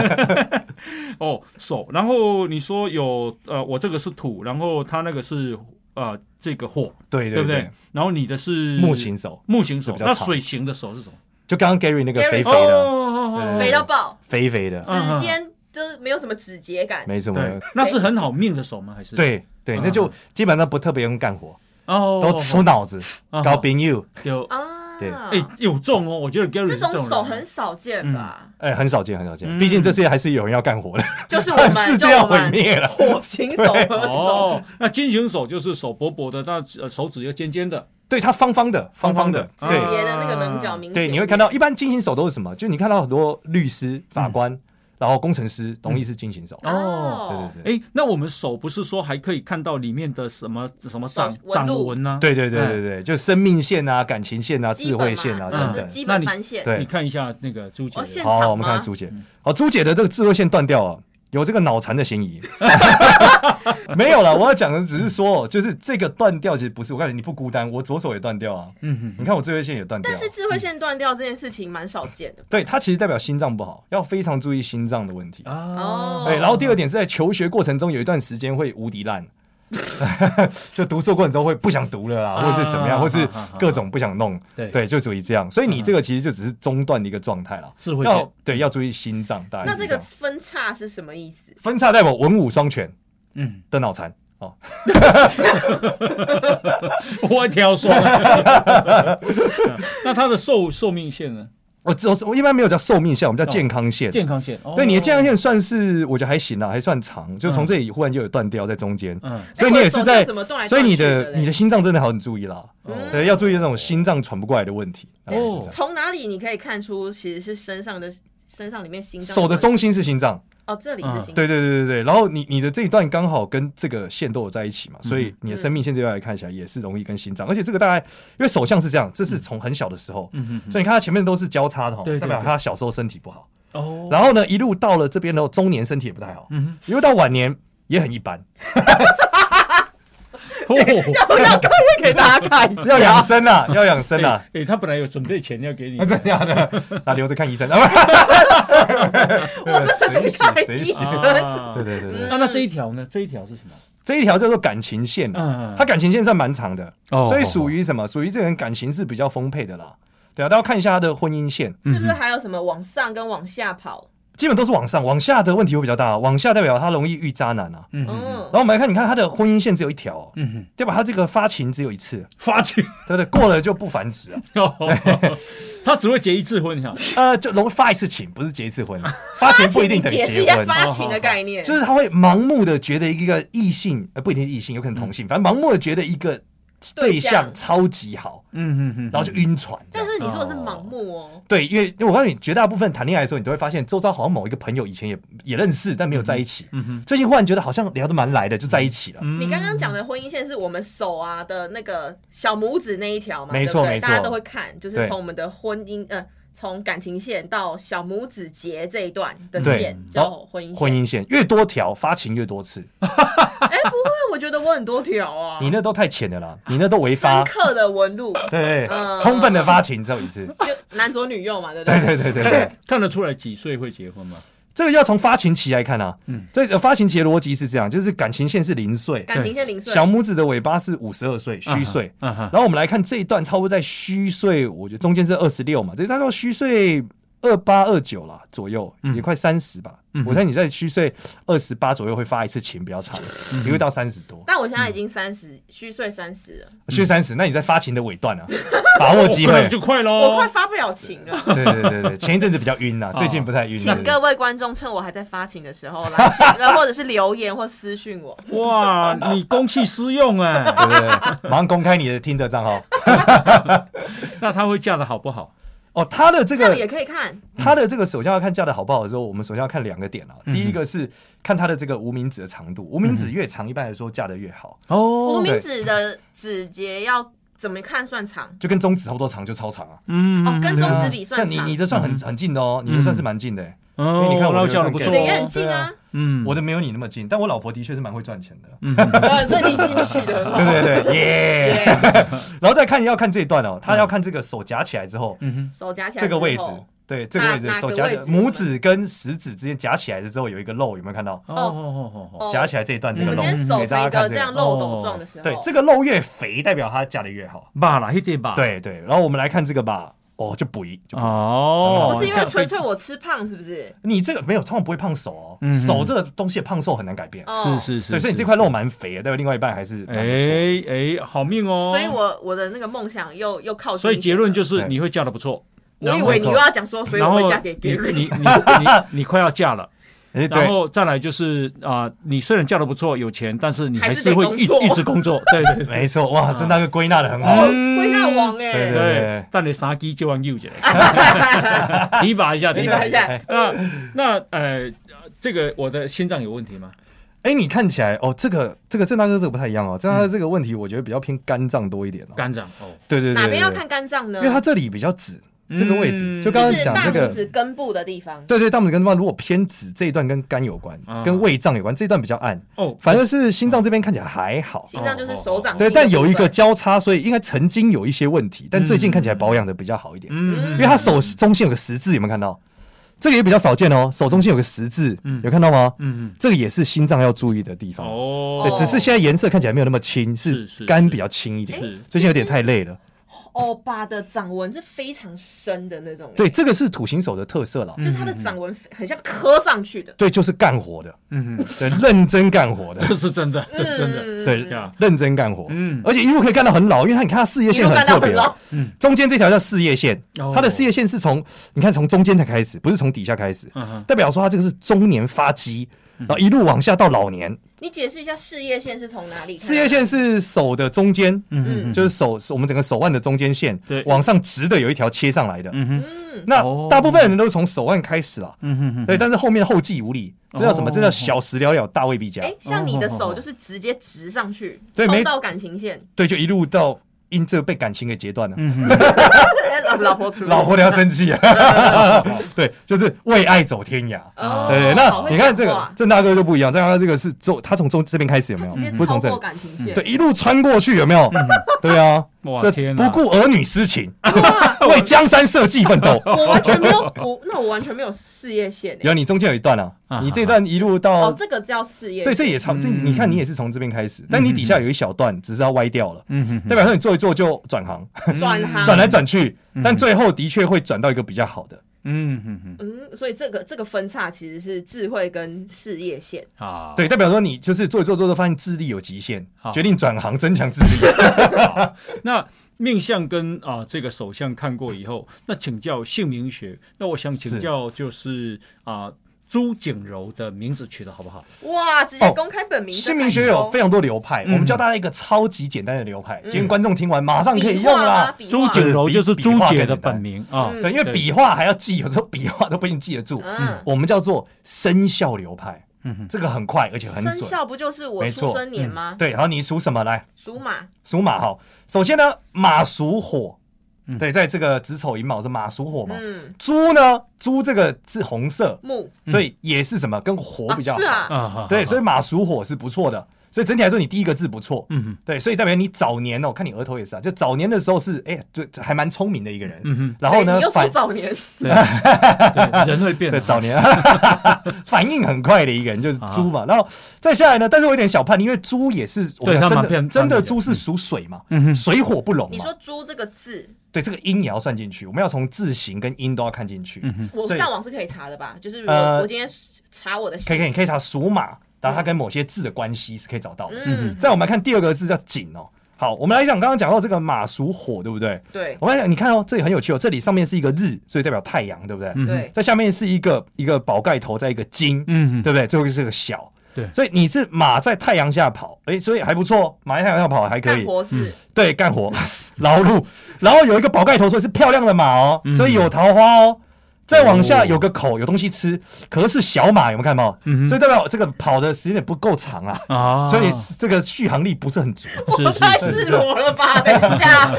[SPEAKER 1] 哦手，然后你说有呃，我这个是土，然后他那个是呃这个火，
[SPEAKER 2] 对
[SPEAKER 1] 对
[SPEAKER 2] 对
[SPEAKER 1] 不
[SPEAKER 2] 对
[SPEAKER 1] 对，？嗯然后你的是
[SPEAKER 2] 木型手，
[SPEAKER 1] 木型
[SPEAKER 2] 就
[SPEAKER 1] 手
[SPEAKER 2] 比，较
[SPEAKER 1] 那
[SPEAKER 2] 长
[SPEAKER 1] 水型的手是什么？
[SPEAKER 2] 就刚刚 Gary 那个
[SPEAKER 3] Gary
[SPEAKER 2] 肥肥
[SPEAKER 1] 哦
[SPEAKER 2] 的，
[SPEAKER 1] 哦哦哦
[SPEAKER 2] 对
[SPEAKER 3] 肥到爆，
[SPEAKER 2] 肥肥的，
[SPEAKER 1] 嗯
[SPEAKER 3] 指尖就是没有什么指节感，
[SPEAKER 2] 没什么。
[SPEAKER 1] 对，那是很好命的手吗？还是
[SPEAKER 2] 对对，那就基本上不特别用干活，
[SPEAKER 1] 嗯哦，
[SPEAKER 2] 都出脑子，
[SPEAKER 1] 啊
[SPEAKER 2] 搞朋友，
[SPEAKER 1] 有
[SPEAKER 3] 啊，
[SPEAKER 2] 对
[SPEAKER 1] 哎有中哦，我觉得 Gary
[SPEAKER 3] 这
[SPEAKER 1] 是
[SPEAKER 3] 种
[SPEAKER 1] 人
[SPEAKER 3] 手很少见吧？
[SPEAKER 2] 哎，很少见，很少见。
[SPEAKER 1] 嗯
[SPEAKER 2] 毕竟这世界还是有人要干活的，
[SPEAKER 3] 就 是我们
[SPEAKER 2] 世界要毁，灭了。
[SPEAKER 3] 就我们火星手和手，
[SPEAKER 1] 哦，那金型手就是手薄薄的，但呃手指又尖尖的，
[SPEAKER 2] 对，它方方的，方方的，
[SPEAKER 1] 方方
[SPEAKER 2] 对
[SPEAKER 3] 指
[SPEAKER 1] 啊
[SPEAKER 3] 节的那个棱角明显。
[SPEAKER 2] 对，你会看到一般金型手都是什么？就你看到很多律师、法官，然后工程师，容易是金型手。
[SPEAKER 1] 哦
[SPEAKER 2] 对对对。
[SPEAKER 1] 哎，那我们手不是说还可以看到里面的什么什么掌
[SPEAKER 3] 手纹
[SPEAKER 1] 掌
[SPEAKER 3] 路
[SPEAKER 1] 纹呢？啊
[SPEAKER 2] 对对对对对，就生命线啊、感情线啊、
[SPEAKER 3] 基
[SPEAKER 2] 智
[SPEAKER 3] 本嘛
[SPEAKER 2] 慧线啊
[SPEAKER 1] 嗯
[SPEAKER 2] 等
[SPEAKER 3] 这
[SPEAKER 2] 等。
[SPEAKER 3] 基
[SPEAKER 1] 那
[SPEAKER 3] 本
[SPEAKER 1] 你
[SPEAKER 3] 繁线。
[SPEAKER 2] 对
[SPEAKER 1] 你看一下那个朱姐
[SPEAKER 3] 哦，现
[SPEAKER 1] 的，
[SPEAKER 3] 场吗
[SPEAKER 2] 好，我们看看朱姐。好，朱姐的这个智慧线断掉了，有这个脑残的嫌疑。 没有啦，我要讲的只是说，就是这个断掉，其实不是。我告诉你，你不孤单，我左手也断掉啊。
[SPEAKER 1] 嗯
[SPEAKER 2] 你看我智慧线也断掉啊
[SPEAKER 3] 但。是
[SPEAKER 2] 嗯
[SPEAKER 3] 智慧线断掉这件事情蛮少见的，
[SPEAKER 2] 对，它其实代表心脏不好，要非常注意心脏的问题
[SPEAKER 1] 哼，。啊
[SPEAKER 3] 哦
[SPEAKER 2] 哎对，然后第二点是在求学过程中有一段时间会无敌烂， 就读书过程中会不想读了啦，或者是怎么样，
[SPEAKER 1] 啊
[SPEAKER 2] 或是
[SPEAKER 1] 啊啊啊
[SPEAKER 2] 各种不想弄，
[SPEAKER 1] 对
[SPEAKER 2] 对，就属于这样。所以你这个其实就只是中断的一个状态啦。
[SPEAKER 1] 智慧
[SPEAKER 2] 要
[SPEAKER 1] 线，
[SPEAKER 2] 对要注意心脏，大概
[SPEAKER 3] 那
[SPEAKER 2] 嗯是
[SPEAKER 3] 这
[SPEAKER 2] 这
[SPEAKER 3] 个
[SPEAKER 2] 样。
[SPEAKER 3] 分叉是什么意思？
[SPEAKER 2] 分叉代表文武双全
[SPEAKER 1] 嗯，
[SPEAKER 2] 的脑残哦，
[SPEAKER 1] 我挑说， 那它的寿寿命线呢？
[SPEAKER 2] 我我我一般没有叫寿命线，我们叫健康线。
[SPEAKER 1] 哦健康嗯线，哦
[SPEAKER 2] 对你的健康，线算是我觉得还行啦，啊还算长，就从这里忽然就有断掉在中间，
[SPEAKER 1] 嗯，
[SPEAKER 2] 所以你也
[SPEAKER 3] 哎
[SPEAKER 2] 是
[SPEAKER 3] 我的手
[SPEAKER 2] 在
[SPEAKER 3] 是怎么动来，动
[SPEAKER 2] 所以你
[SPEAKER 3] 去
[SPEAKER 2] 的
[SPEAKER 3] 的嘞
[SPEAKER 2] 你的心脏真的好很注意啦，
[SPEAKER 3] 嗯
[SPEAKER 2] 对，要注意那种心脏喘不过来的问题。大概是这样
[SPEAKER 1] 哦
[SPEAKER 3] 从哪里你可以看出其实是身上的身上里面心脏
[SPEAKER 2] 手的中嗯心是心脏，
[SPEAKER 3] 哦，这里是心脏，
[SPEAKER 2] 对对对对对。然后你你的这一段刚好跟这个线都有在一起嘛，所
[SPEAKER 1] 嗯
[SPEAKER 2] 以你的生命线这边来看起来也是容易跟心脏，而且这个大概因为手相是这样，这是从很小的时候，
[SPEAKER 1] 嗯嗯
[SPEAKER 2] 所以你看他前面都是交叉的哦，
[SPEAKER 1] 对对
[SPEAKER 2] 代表他小时候身体不好，
[SPEAKER 1] 哦，
[SPEAKER 2] 然后呢一路到了这边的中年身体也不太好，
[SPEAKER 1] 嗯
[SPEAKER 2] 一路到晚年也很一般，
[SPEAKER 1] 哼，哦，
[SPEAKER 3] 我要刚才给大家看一
[SPEAKER 1] 嗯
[SPEAKER 3] 下，
[SPEAKER 2] 要养生啊，要养生啊。
[SPEAKER 1] 哎，他本来有准备钱要给你
[SPEAKER 2] 那，这样 的，啊那留着看医生。 我真
[SPEAKER 3] 的没看医生
[SPEAKER 2] 随喜，随喜
[SPEAKER 1] 啊
[SPEAKER 2] 对对对对，
[SPEAKER 1] 啊，那这一条呢？这一条是什么？
[SPEAKER 2] 这一条叫做感情线啊，
[SPEAKER 1] 嗯，
[SPEAKER 2] 它感情线算蛮长的，
[SPEAKER 1] 哦
[SPEAKER 2] 所以属于什么？属于这个人感情是比较丰沛的啦。对啊，大家看一下他的婚姻线，
[SPEAKER 3] 是不是还有什么往上跟往下跑？
[SPEAKER 2] 基本都是往上，往下的问题会比较大。往下代表他容易遇渣男啊。
[SPEAKER 1] 嗯哼
[SPEAKER 3] 嗯
[SPEAKER 2] 然，后我们来看，你看他的婚姻线只有一条、哦，
[SPEAKER 1] 嗯哼，
[SPEAKER 2] 对吧？他这个发情只有一次，
[SPEAKER 1] 发情，哦
[SPEAKER 2] 对不对？过了就不繁殖啊。
[SPEAKER 1] 他只会结一次婚哈，
[SPEAKER 2] 呃，就容易发一次情，不是结一次婚，啊发情不一定等于
[SPEAKER 3] 啊你解释一
[SPEAKER 2] 结
[SPEAKER 3] 下
[SPEAKER 2] 婚。哦
[SPEAKER 3] 发情的概念，
[SPEAKER 2] 就是他会盲目的觉得一个异性，呃，不一定是异性，有可能同性，反正盲目的觉得一个对
[SPEAKER 3] 对
[SPEAKER 2] 象
[SPEAKER 3] 象
[SPEAKER 2] 超级好，
[SPEAKER 1] 嗯嗯嗯，
[SPEAKER 2] 然后就晕船这
[SPEAKER 3] 但
[SPEAKER 2] 样。
[SPEAKER 3] 是你说的是盲目哦，
[SPEAKER 2] 对，因为因为我告诉你，绝大部分谈恋爱的时候，你都会发现周遭好像某一个朋友以前也也认识，但没有在一起。
[SPEAKER 1] 嗯哼
[SPEAKER 2] 最近忽然觉得好像聊得蛮来的，就在一起了。
[SPEAKER 1] 嗯
[SPEAKER 3] 你刚刚讲的婚姻线是我们手啊的那个小拇指那一条嘛，
[SPEAKER 2] 没错
[SPEAKER 3] 对不对
[SPEAKER 2] 没错
[SPEAKER 3] 大家都会看，就是
[SPEAKER 2] 对
[SPEAKER 3] 从我们的婚姻呃，从感情线到小拇指节这一段的
[SPEAKER 2] 对
[SPEAKER 3] 线
[SPEAKER 2] 然
[SPEAKER 3] 叫
[SPEAKER 2] 后
[SPEAKER 3] 婚姻线。
[SPEAKER 2] 婚姻线越多条，发情越多次。
[SPEAKER 3] 哎，不会，我觉得我很多条啊，
[SPEAKER 2] 你那都太浅了啦，你那都违
[SPEAKER 3] 深
[SPEAKER 2] 发。
[SPEAKER 3] 刻的纹路，
[SPEAKER 2] 对，
[SPEAKER 3] 嗯
[SPEAKER 2] 充分的发情只有一次。
[SPEAKER 3] 就男左女右嘛，对不
[SPEAKER 2] 对
[SPEAKER 3] 对？
[SPEAKER 2] 对对对对
[SPEAKER 1] 看。看得出来几岁会结婚吗？
[SPEAKER 2] 这个要从发情期来看啊，
[SPEAKER 1] 嗯
[SPEAKER 2] 这个发情期的逻辑是这样，就是感情线是零岁，
[SPEAKER 3] 感情线零碎，
[SPEAKER 2] 小拇指的尾巴是五十二岁虚岁，
[SPEAKER 1] 啊哈，
[SPEAKER 2] 然后我们来看这一段，差不多在虚岁，我觉得中间是二十六嘛，这大概虚岁二八二九啦左右，
[SPEAKER 1] 嗯
[SPEAKER 2] 也快三十吧。
[SPEAKER 1] 嗯
[SPEAKER 2] 我猜你在虚岁二十八左右会发一次情，比较长，你会到三十多，
[SPEAKER 1] 嗯
[SPEAKER 3] 但我现在已经三十，虚岁三十了，
[SPEAKER 2] 虚三十，那你在发情的尾段啊， 把握机
[SPEAKER 1] 哦
[SPEAKER 2] 会
[SPEAKER 1] 那。就快
[SPEAKER 2] 嗯
[SPEAKER 1] 喽，
[SPEAKER 3] 我快发不了情了。
[SPEAKER 2] 对对对对，前一阵子比较晕啊，
[SPEAKER 1] 哦
[SPEAKER 2] 最近不太晕了。
[SPEAKER 3] 请各位观众趁我还在发情的时候来信，呃或者是留言或私讯我。
[SPEAKER 1] 哇，你公器私用哎、
[SPEAKER 2] 对对对，马上公开你的听的账号
[SPEAKER 1] 那他会嫁的好不好？
[SPEAKER 2] 哦。他的这
[SPEAKER 3] 这样
[SPEAKER 2] 个
[SPEAKER 3] 也可以看，
[SPEAKER 2] 他的这个首先要看嫁的好不好的时候，我们首先要看两个点啊。
[SPEAKER 1] 嗯
[SPEAKER 2] 第一个是看他的这个无名指的长度，无名指越长，一般来说嫁的越好。
[SPEAKER 1] 哦
[SPEAKER 3] 无名指的指节要怎么看算长？
[SPEAKER 2] 就跟中指差不多长就超长啊。
[SPEAKER 1] 嗯
[SPEAKER 3] 哦跟
[SPEAKER 2] 对啊
[SPEAKER 3] 中指比算
[SPEAKER 2] 像你
[SPEAKER 3] 长
[SPEAKER 2] 你这算很很近的哦，你这算是蛮近的欸。
[SPEAKER 1] 哦
[SPEAKER 2] 因为你看我的
[SPEAKER 1] 捞笑的不
[SPEAKER 2] 有
[SPEAKER 1] 错
[SPEAKER 2] 段
[SPEAKER 3] 你
[SPEAKER 2] 感
[SPEAKER 3] 的
[SPEAKER 2] 觉
[SPEAKER 3] 也
[SPEAKER 1] 哦，
[SPEAKER 3] 很近啊，
[SPEAKER 1] 嗯，
[SPEAKER 2] 我的没有你那么近，但我老婆的确是蛮会赚钱的。
[SPEAKER 1] 嗯，
[SPEAKER 3] 呃所以你进去的很
[SPEAKER 2] 啊对
[SPEAKER 3] 好。
[SPEAKER 2] 对 对，耶！
[SPEAKER 3] 对
[SPEAKER 2] 然后再看要看这一段哦，他要看这个手夹起来之后，
[SPEAKER 3] 手夹起来
[SPEAKER 2] 这个位置
[SPEAKER 3] 之嗯后，哦
[SPEAKER 2] 对这个位置
[SPEAKER 3] 哪哪个
[SPEAKER 2] 手夹起来，
[SPEAKER 3] 位置
[SPEAKER 2] 拇指跟食指之间夹起来的之后有一个漏，有没有看到？
[SPEAKER 1] 哦哦哦哦，
[SPEAKER 3] 哦
[SPEAKER 2] 夹起来这一段这
[SPEAKER 3] 我
[SPEAKER 2] 个
[SPEAKER 3] 们
[SPEAKER 2] 漏，
[SPEAKER 3] 今天手
[SPEAKER 2] 给大家
[SPEAKER 3] 成一个
[SPEAKER 2] 看
[SPEAKER 3] 这
[SPEAKER 2] 这
[SPEAKER 3] 样
[SPEAKER 2] 个。哦
[SPEAKER 3] 漏斗状的时候，
[SPEAKER 2] 对，这个漏越肥，代表它夹的越好。
[SPEAKER 1] 爸啦，一对吧，，
[SPEAKER 2] 对对，然后我们来看这个吧，哦，就不一，就不一
[SPEAKER 1] 哦，
[SPEAKER 3] 不是因为纯
[SPEAKER 1] 这
[SPEAKER 3] 粹我吃胖是不是？
[SPEAKER 2] 你这个没有，通常不会胖手哦，
[SPEAKER 1] 嗯哼
[SPEAKER 2] 手这个东西的胖瘦很难改变。
[SPEAKER 3] 哦
[SPEAKER 1] 样，是是是，
[SPEAKER 2] 对，所以你这
[SPEAKER 1] 是
[SPEAKER 2] 块肉蛮肥的，代表另外一半还是蛮不错的。
[SPEAKER 1] 哎哎，好命哦，
[SPEAKER 3] 所以我我的那个梦想又又靠近一点了。
[SPEAKER 1] 所以结论就是是你会嫁的不错，
[SPEAKER 3] 我
[SPEAKER 1] 然
[SPEAKER 3] 以
[SPEAKER 1] 后
[SPEAKER 3] 为你又要讲说，所以
[SPEAKER 1] 然
[SPEAKER 3] 我
[SPEAKER 1] 后
[SPEAKER 3] 会嫁给
[SPEAKER 1] 你
[SPEAKER 3] Gary。
[SPEAKER 1] 你你 你你快要嫁了，
[SPEAKER 2] 哎，
[SPEAKER 1] 然
[SPEAKER 2] 对，
[SPEAKER 1] 后再来就是啊，你虽然嫁的不错，有钱，但是你
[SPEAKER 3] 还是
[SPEAKER 1] 是会
[SPEAKER 3] 得
[SPEAKER 1] 一
[SPEAKER 3] 工作
[SPEAKER 1] 一直工作，对对对
[SPEAKER 2] 没错，
[SPEAKER 3] 嗯
[SPEAKER 2] 哇，真大哥归纳的很好
[SPEAKER 3] 哦，。归纳王哎、
[SPEAKER 2] 对
[SPEAKER 1] 对，但你杀鸡就往 右起来，提拔一下，提
[SPEAKER 3] 明
[SPEAKER 1] 拔
[SPEAKER 3] 白
[SPEAKER 1] 一
[SPEAKER 3] 一
[SPEAKER 1] 下。
[SPEAKER 3] 下，
[SPEAKER 1] 那那呃，这个我的心脏有问题吗？
[SPEAKER 2] 哎，你看起来哦，这个这个郑大哥这个不太一样哦，郑大哥这个问题我觉得比较偏肝脏多一点哦。
[SPEAKER 1] 肝脏哦，
[SPEAKER 2] 对对对，
[SPEAKER 3] 哪边要
[SPEAKER 2] 对
[SPEAKER 3] 看肝脏呢？
[SPEAKER 2] 因为它这里比较紫，这个位置
[SPEAKER 1] 嗯
[SPEAKER 2] 就刚
[SPEAKER 3] 就
[SPEAKER 2] 刚
[SPEAKER 3] 是
[SPEAKER 2] 讲
[SPEAKER 3] 大
[SPEAKER 2] 那
[SPEAKER 3] 拇
[SPEAKER 2] 个，
[SPEAKER 3] 指根部的地方。
[SPEAKER 2] 对对，大拇指跟腕如果偏紫这一段跟肝有关
[SPEAKER 1] 啊，
[SPEAKER 2] 跟胃脏有关，这一段比较暗，
[SPEAKER 1] 哦，
[SPEAKER 2] 反正是心脏这边看起来还好。
[SPEAKER 3] 心脏就是手掌
[SPEAKER 2] 哦对，
[SPEAKER 3] 心的部分。
[SPEAKER 2] 但有一个交叉，所以应该曾经有一些问题，但最近看起来保养的比较好一点。
[SPEAKER 1] 嗯
[SPEAKER 2] 因为他手中线有个十字，有没有看到？这个也比较少见哦，手中线有个十字，有看到吗？
[SPEAKER 1] 嗯
[SPEAKER 2] 这个也是心脏要注意的地方。
[SPEAKER 1] 哦
[SPEAKER 2] 对，，只是现在颜色看起来没有那么青，
[SPEAKER 1] 是
[SPEAKER 2] 是
[SPEAKER 1] 是
[SPEAKER 2] 肝比较轻一点
[SPEAKER 1] 是，
[SPEAKER 2] 最近有点太累了。
[SPEAKER 3] 欧巴的掌纹是非常深的那种，
[SPEAKER 2] 对，，这个是土行手的特色
[SPEAKER 1] 嗯
[SPEAKER 2] 了。
[SPEAKER 3] 就是他的掌纹很像磕上去的。
[SPEAKER 2] 对，就是干活的，
[SPEAKER 1] 嗯嗯，
[SPEAKER 2] 对，认真干活 的
[SPEAKER 1] 这，是真的，这是真的，
[SPEAKER 3] 嗯
[SPEAKER 2] 对
[SPEAKER 1] 呀，
[SPEAKER 2] 认真干活。
[SPEAKER 1] 嗯
[SPEAKER 2] 而且一路可以干到很老，因为他你看他事业线很特
[SPEAKER 3] 一
[SPEAKER 2] 别哦
[SPEAKER 3] 路干到很老，
[SPEAKER 2] 中间这条叫事业线，
[SPEAKER 1] 哦
[SPEAKER 2] 他的事业线是从你看从中间才开始，不是从底下开始
[SPEAKER 1] 嗯哼，
[SPEAKER 2] 代表说他这个是中年发迹，
[SPEAKER 1] 嗯
[SPEAKER 2] 然后一路往下到老年。
[SPEAKER 3] 你解释一下事业线是从哪里？
[SPEAKER 2] 事业，线是手的中间，
[SPEAKER 1] 嗯嗯，
[SPEAKER 2] 就是手我们整个手腕的中间线
[SPEAKER 1] 对，
[SPEAKER 2] 往上直的有一条切上来的。
[SPEAKER 1] 嗯
[SPEAKER 3] 嗯，
[SPEAKER 2] 那
[SPEAKER 1] 哦
[SPEAKER 2] 大部分人都是从手腕开始啦，
[SPEAKER 1] 嗯嗯，
[SPEAKER 2] 对，但是后面后继无力，这叫什么？
[SPEAKER 1] 哦
[SPEAKER 2] 这叫小时了了，大未必佳。
[SPEAKER 3] 哎，像你的手就是直接直上去，
[SPEAKER 2] 对没
[SPEAKER 3] 抽到感情线，
[SPEAKER 2] 对，就一路到因这被感情给截断
[SPEAKER 1] 嗯
[SPEAKER 2] 了，
[SPEAKER 3] 哎老老婆出，
[SPEAKER 2] 老婆都要生气啊。 对，就是为爱走天涯。
[SPEAKER 3] 哦，
[SPEAKER 2] 对，
[SPEAKER 3] 好
[SPEAKER 2] 那
[SPEAKER 3] 会
[SPEAKER 2] 你看这
[SPEAKER 3] 讲
[SPEAKER 2] 个
[SPEAKER 3] 话
[SPEAKER 2] 郑大哥就不一样，郑大哥这个是中，他从中这边开始有没有？
[SPEAKER 3] 直接
[SPEAKER 2] 嗯不是从
[SPEAKER 3] 超
[SPEAKER 2] 这
[SPEAKER 3] 过
[SPEAKER 2] 里，
[SPEAKER 3] 感情线，
[SPEAKER 2] 对，一路穿过去有没有？对啊
[SPEAKER 1] 哇，
[SPEAKER 2] 这
[SPEAKER 1] 天哪
[SPEAKER 2] 不顾儿女私 情，为江山社稷奋 斗。
[SPEAKER 3] 我完全没有，我 那我完全没有事业线欸。
[SPEAKER 2] 然后你中间有一段啊
[SPEAKER 1] 啊，
[SPEAKER 2] 你这段一路
[SPEAKER 3] 哦
[SPEAKER 2] 到，，
[SPEAKER 3] 这个叫事
[SPEAKER 2] 啊
[SPEAKER 3] 业线，
[SPEAKER 2] 对，这也差，这
[SPEAKER 1] 嗯
[SPEAKER 2] 你看你也是从这边开始，但你底下有一小段，只是它歪掉了，
[SPEAKER 1] 嗯嗯，
[SPEAKER 2] 代表说你做一做就转行，
[SPEAKER 3] 转行
[SPEAKER 2] 转来转去，但最后的确会转到一个比较好的。
[SPEAKER 1] 嗯嗯嗯
[SPEAKER 3] 嗯，所以这个这个分叉其实是智慧跟事业线，
[SPEAKER 1] 啊，
[SPEAKER 2] 对，代表说你就是做一做做做，发现智力有极限
[SPEAKER 1] 好，
[SPEAKER 2] 决定转行增强智力。
[SPEAKER 1] 那命相跟啊、这个手相看过以后，那请教姓名学，那我想请教就是啊、朱景柔的名字取得好不 好？
[SPEAKER 3] 哇，直接
[SPEAKER 2] 哦
[SPEAKER 3] 公开本名。
[SPEAKER 2] 姓名学有非常多流派，
[SPEAKER 1] 嗯
[SPEAKER 2] 我们教大家一个超级简单的流派，今天观众听完马上可以用嗯啦。
[SPEAKER 1] 朱
[SPEAKER 3] 姐，
[SPEAKER 1] 景柔就是朱姐的本名啊。
[SPEAKER 3] 嗯
[SPEAKER 2] 对，因为
[SPEAKER 1] 对
[SPEAKER 2] 笔画还要记，有时候笔画都不一定记得住。
[SPEAKER 3] 嗯，
[SPEAKER 2] 我们叫做生肖流派，
[SPEAKER 1] 嗯
[SPEAKER 2] 这个很快而且很
[SPEAKER 3] 生
[SPEAKER 2] 准。
[SPEAKER 3] 肖不就是我
[SPEAKER 2] 没错嗯
[SPEAKER 3] 出生年吗？
[SPEAKER 2] 对，然后你属什么？来，
[SPEAKER 3] 属马，
[SPEAKER 2] 属马哈。首先呢，马属火，
[SPEAKER 1] 嗯
[SPEAKER 2] 对，在这个子丑寅卯是马属火嘛。
[SPEAKER 3] 嗯，
[SPEAKER 2] 猪呢，猪这个是红色，
[SPEAKER 3] 木
[SPEAKER 2] 所以也是什么跟火
[SPEAKER 3] 啊
[SPEAKER 2] 比较
[SPEAKER 3] 是
[SPEAKER 2] 好。
[SPEAKER 3] 啊，
[SPEAKER 1] 嗯啊，
[SPEAKER 2] 对，所以
[SPEAKER 1] 以
[SPEAKER 2] 马属火是不错的。所以整体来说，你第一个字不错。
[SPEAKER 1] 嗯
[SPEAKER 2] 对，所以代表你早年哦，看你额头也是啊，就早年的时候是哎，就就还蛮聪明的一个人。
[SPEAKER 1] 嗯哼，
[SPEAKER 2] 然后
[SPEAKER 3] 对
[SPEAKER 2] 呢
[SPEAKER 3] 哎你，又说
[SPEAKER 2] 反
[SPEAKER 3] 早年，
[SPEAKER 1] 对，人会变啊
[SPEAKER 2] 对
[SPEAKER 1] 的。
[SPEAKER 2] 早年 反应很快的一个人就是猪
[SPEAKER 1] 啊
[SPEAKER 2] 嘛。然后再下来呢，但是我有点小叛逆，因为猪也是我们
[SPEAKER 1] 对它
[SPEAKER 2] 真
[SPEAKER 1] 蛮偏
[SPEAKER 2] 的真
[SPEAKER 1] 叛逆的
[SPEAKER 2] 的猪是属水嘛
[SPEAKER 1] 嗯哼，
[SPEAKER 2] 水火不容
[SPEAKER 3] 你
[SPEAKER 2] 嘛
[SPEAKER 3] 说。“猪”这个字，
[SPEAKER 2] 对，这个音也要算进去，我们要从字形跟音都要看进去。
[SPEAKER 1] 嗯
[SPEAKER 3] 我
[SPEAKER 2] 所以
[SPEAKER 3] 上网是可以查的吧？就是
[SPEAKER 2] 呃
[SPEAKER 3] 我我今天查我的
[SPEAKER 2] 可以可以，
[SPEAKER 3] 姓，
[SPEAKER 2] 你可以查属马，然后它跟某些字的关系是可以找到的。
[SPEAKER 3] 嗯，
[SPEAKER 2] 再我们来看第二个字叫井哦。好，我们来讲刚刚讲到这个马属火，对不对？
[SPEAKER 3] 对
[SPEAKER 2] 我们来讲，你看哦，这里很有趣哦，这里上面是一个日，所以代表太阳，对不对？
[SPEAKER 3] 对，
[SPEAKER 2] 在下面是一个一个宝盖头，在一个金，
[SPEAKER 1] 嗯嗯，
[SPEAKER 2] 对不对？最后一个是个小，
[SPEAKER 1] 对
[SPEAKER 2] 所以你是马在太阳下跑，哎，所以还不错，马在太阳下跑还可
[SPEAKER 3] 看
[SPEAKER 2] 以，
[SPEAKER 3] 活字，
[SPEAKER 2] 对，干
[SPEAKER 1] 嗯
[SPEAKER 2] 活劳碌，然后有一个宝盖头，所以是漂亮的马哦，所以有桃花哦。再往下有个口，有东西吃，可是小马有没有看到？
[SPEAKER 1] 嗯哼
[SPEAKER 2] 所以代表这个跑的时间也不够长啊，
[SPEAKER 1] 啊，
[SPEAKER 2] 所以这个续航力不嗯是很足。
[SPEAKER 1] 是嗯是
[SPEAKER 3] 太
[SPEAKER 1] 是
[SPEAKER 3] 赤裸了 吧？等一下，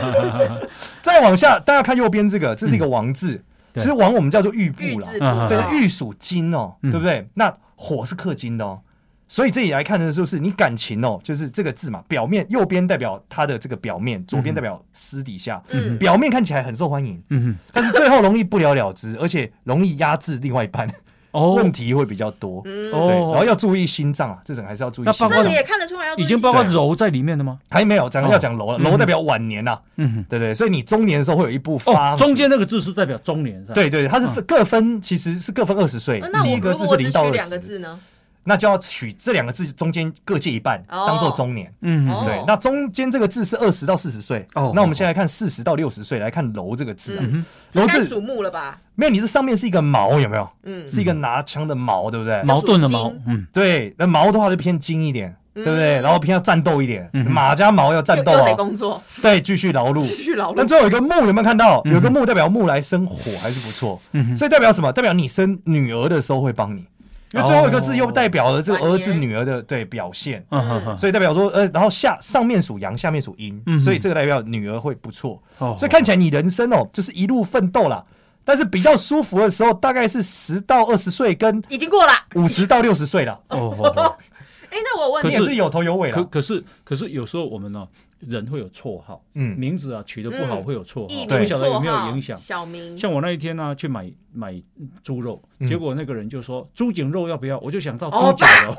[SPEAKER 2] 再往下，大家看右边这个，这是一个王字，
[SPEAKER 1] 嗯对
[SPEAKER 2] 其实王我们叫做玉
[SPEAKER 3] 玉
[SPEAKER 2] 部啦
[SPEAKER 3] 字，
[SPEAKER 1] 啊
[SPEAKER 3] 部，
[SPEAKER 2] 对，那玉属金哦，
[SPEAKER 1] 嗯
[SPEAKER 2] 对不对？那火是克金的哦，所以这里来看的就是你感情哦，就是这个字嘛，表面右边代表它的这个表
[SPEAKER 1] 嗯
[SPEAKER 2] 面，左边代表私底下，
[SPEAKER 3] 嗯
[SPEAKER 2] 表面看起来很受欢迎，
[SPEAKER 1] 嗯
[SPEAKER 2] 但是最后容易不了了之， 而且容易压制另外一半，
[SPEAKER 1] 哦
[SPEAKER 2] 问题会比较多。
[SPEAKER 1] 哦
[SPEAKER 3] 嗯，
[SPEAKER 2] 对，然后要注意心脏啊，这种还是要注意
[SPEAKER 1] 那
[SPEAKER 2] 心
[SPEAKER 1] 包括
[SPEAKER 3] 这个
[SPEAKER 2] 脏。
[SPEAKER 3] 也看得出来要
[SPEAKER 1] 已经包
[SPEAKER 3] 包
[SPEAKER 1] 括柔在里面了吗？
[SPEAKER 2] 还没有
[SPEAKER 1] 哦
[SPEAKER 2] 讲要讲楼了，楼代表晚年呐，
[SPEAKER 1] 嗯
[SPEAKER 2] 对不对？所以你中年的时候会有一部
[SPEAKER 1] 哼，
[SPEAKER 2] 发
[SPEAKER 1] 嗯哦，中间嗯那个字是代表中年是吧？
[SPEAKER 2] 对对，它是分各分，其实是各分二十岁
[SPEAKER 3] 哦呃那。
[SPEAKER 2] 第
[SPEAKER 3] 我
[SPEAKER 2] 一个
[SPEAKER 3] 如
[SPEAKER 2] 字
[SPEAKER 3] 果
[SPEAKER 2] 是
[SPEAKER 3] 我只
[SPEAKER 2] 零到
[SPEAKER 3] 取
[SPEAKER 2] 二
[SPEAKER 3] 两个
[SPEAKER 2] 十，
[SPEAKER 3] 字呢？
[SPEAKER 2] 那就要取这两个字中间各借一半，
[SPEAKER 3] 哦
[SPEAKER 2] 当做中年。
[SPEAKER 1] 嗯，嗯，
[SPEAKER 3] 哦
[SPEAKER 2] 对，那中间这个字是二十到四十岁。
[SPEAKER 1] 哦
[SPEAKER 2] 那我们现在看四十到六十岁来看楼这个字啊
[SPEAKER 3] 嗯，
[SPEAKER 1] 嗯
[SPEAKER 2] 楼
[SPEAKER 3] 该
[SPEAKER 2] 字
[SPEAKER 3] 属木了吧？
[SPEAKER 2] 没有，你这上面是一个矛，有没有？
[SPEAKER 3] 嗯，
[SPEAKER 2] 是一个拿枪的矛，对不对
[SPEAKER 1] 哼，？矛盾的矛
[SPEAKER 3] 属金，
[SPEAKER 1] 嗯，
[SPEAKER 2] 对，那矛的话就偏精一点，对不对？然后偏要战斗一点，
[SPEAKER 1] 嗯
[SPEAKER 2] 马加矛要战
[SPEAKER 3] 又
[SPEAKER 2] 斗
[SPEAKER 3] 嗯又得
[SPEAKER 2] 啊，
[SPEAKER 3] 工作，
[SPEAKER 2] 对，继续劳碌。
[SPEAKER 3] 继续劳
[SPEAKER 2] 但
[SPEAKER 3] 碌。
[SPEAKER 2] 最后有一个木有没有看到？
[SPEAKER 1] 嗯
[SPEAKER 2] 有一个木代表木来生火还是不错，
[SPEAKER 1] 嗯哼
[SPEAKER 2] 所以代表什么？代表你生女儿的时候会帮你，因为最后一个字又代表了这个儿子
[SPEAKER 3] 晚年
[SPEAKER 2] 女儿的对表现，
[SPEAKER 1] 嗯哼哼，
[SPEAKER 2] 所以代表说呃，然后下上面属阳，下面属阴，
[SPEAKER 1] 嗯
[SPEAKER 2] 所以这个代表女儿会不错，
[SPEAKER 1] 哦
[SPEAKER 2] 所以看起来你人生哦就是一路奋斗啦。但是比较舒服的时候，大概是十到二十岁跟
[SPEAKER 3] 已经过了，
[SPEAKER 2] 五十到六十岁了，
[SPEAKER 1] 哦 哦 哦，
[SPEAKER 3] 哎，那我问
[SPEAKER 1] 可
[SPEAKER 2] 你
[SPEAKER 3] 你
[SPEAKER 2] 也是有头有尾
[SPEAKER 1] 可
[SPEAKER 2] 了。
[SPEAKER 1] 可是可是有时候我们呢，人会有绰号，
[SPEAKER 2] 嗯，
[SPEAKER 1] 名字啊取得不好
[SPEAKER 3] 嗯
[SPEAKER 1] 会有绰
[SPEAKER 3] 艺
[SPEAKER 1] 号，不
[SPEAKER 2] 对
[SPEAKER 3] 名
[SPEAKER 1] 晓得有
[SPEAKER 3] 绰
[SPEAKER 1] 没有
[SPEAKER 3] 号嗯
[SPEAKER 1] 影响？
[SPEAKER 3] 小明，
[SPEAKER 1] 像我那一天呢、去买买猪肉，
[SPEAKER 2] 嗯
[SPEAKER 1] 结果那个人就说猪颈肉要不要？我就想到
[SPEAKER 3] 哦
[SPEAKER 1] 猪脚肉，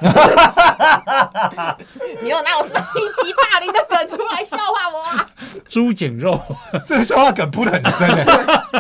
[SPEAKER 3] 你有哪有上一集霸凌的梗出来笑话我啊？
[SPEAKER 1] 猪颈肉，
[SPEAKER 2] 这个笑话梗铺的很 深哎，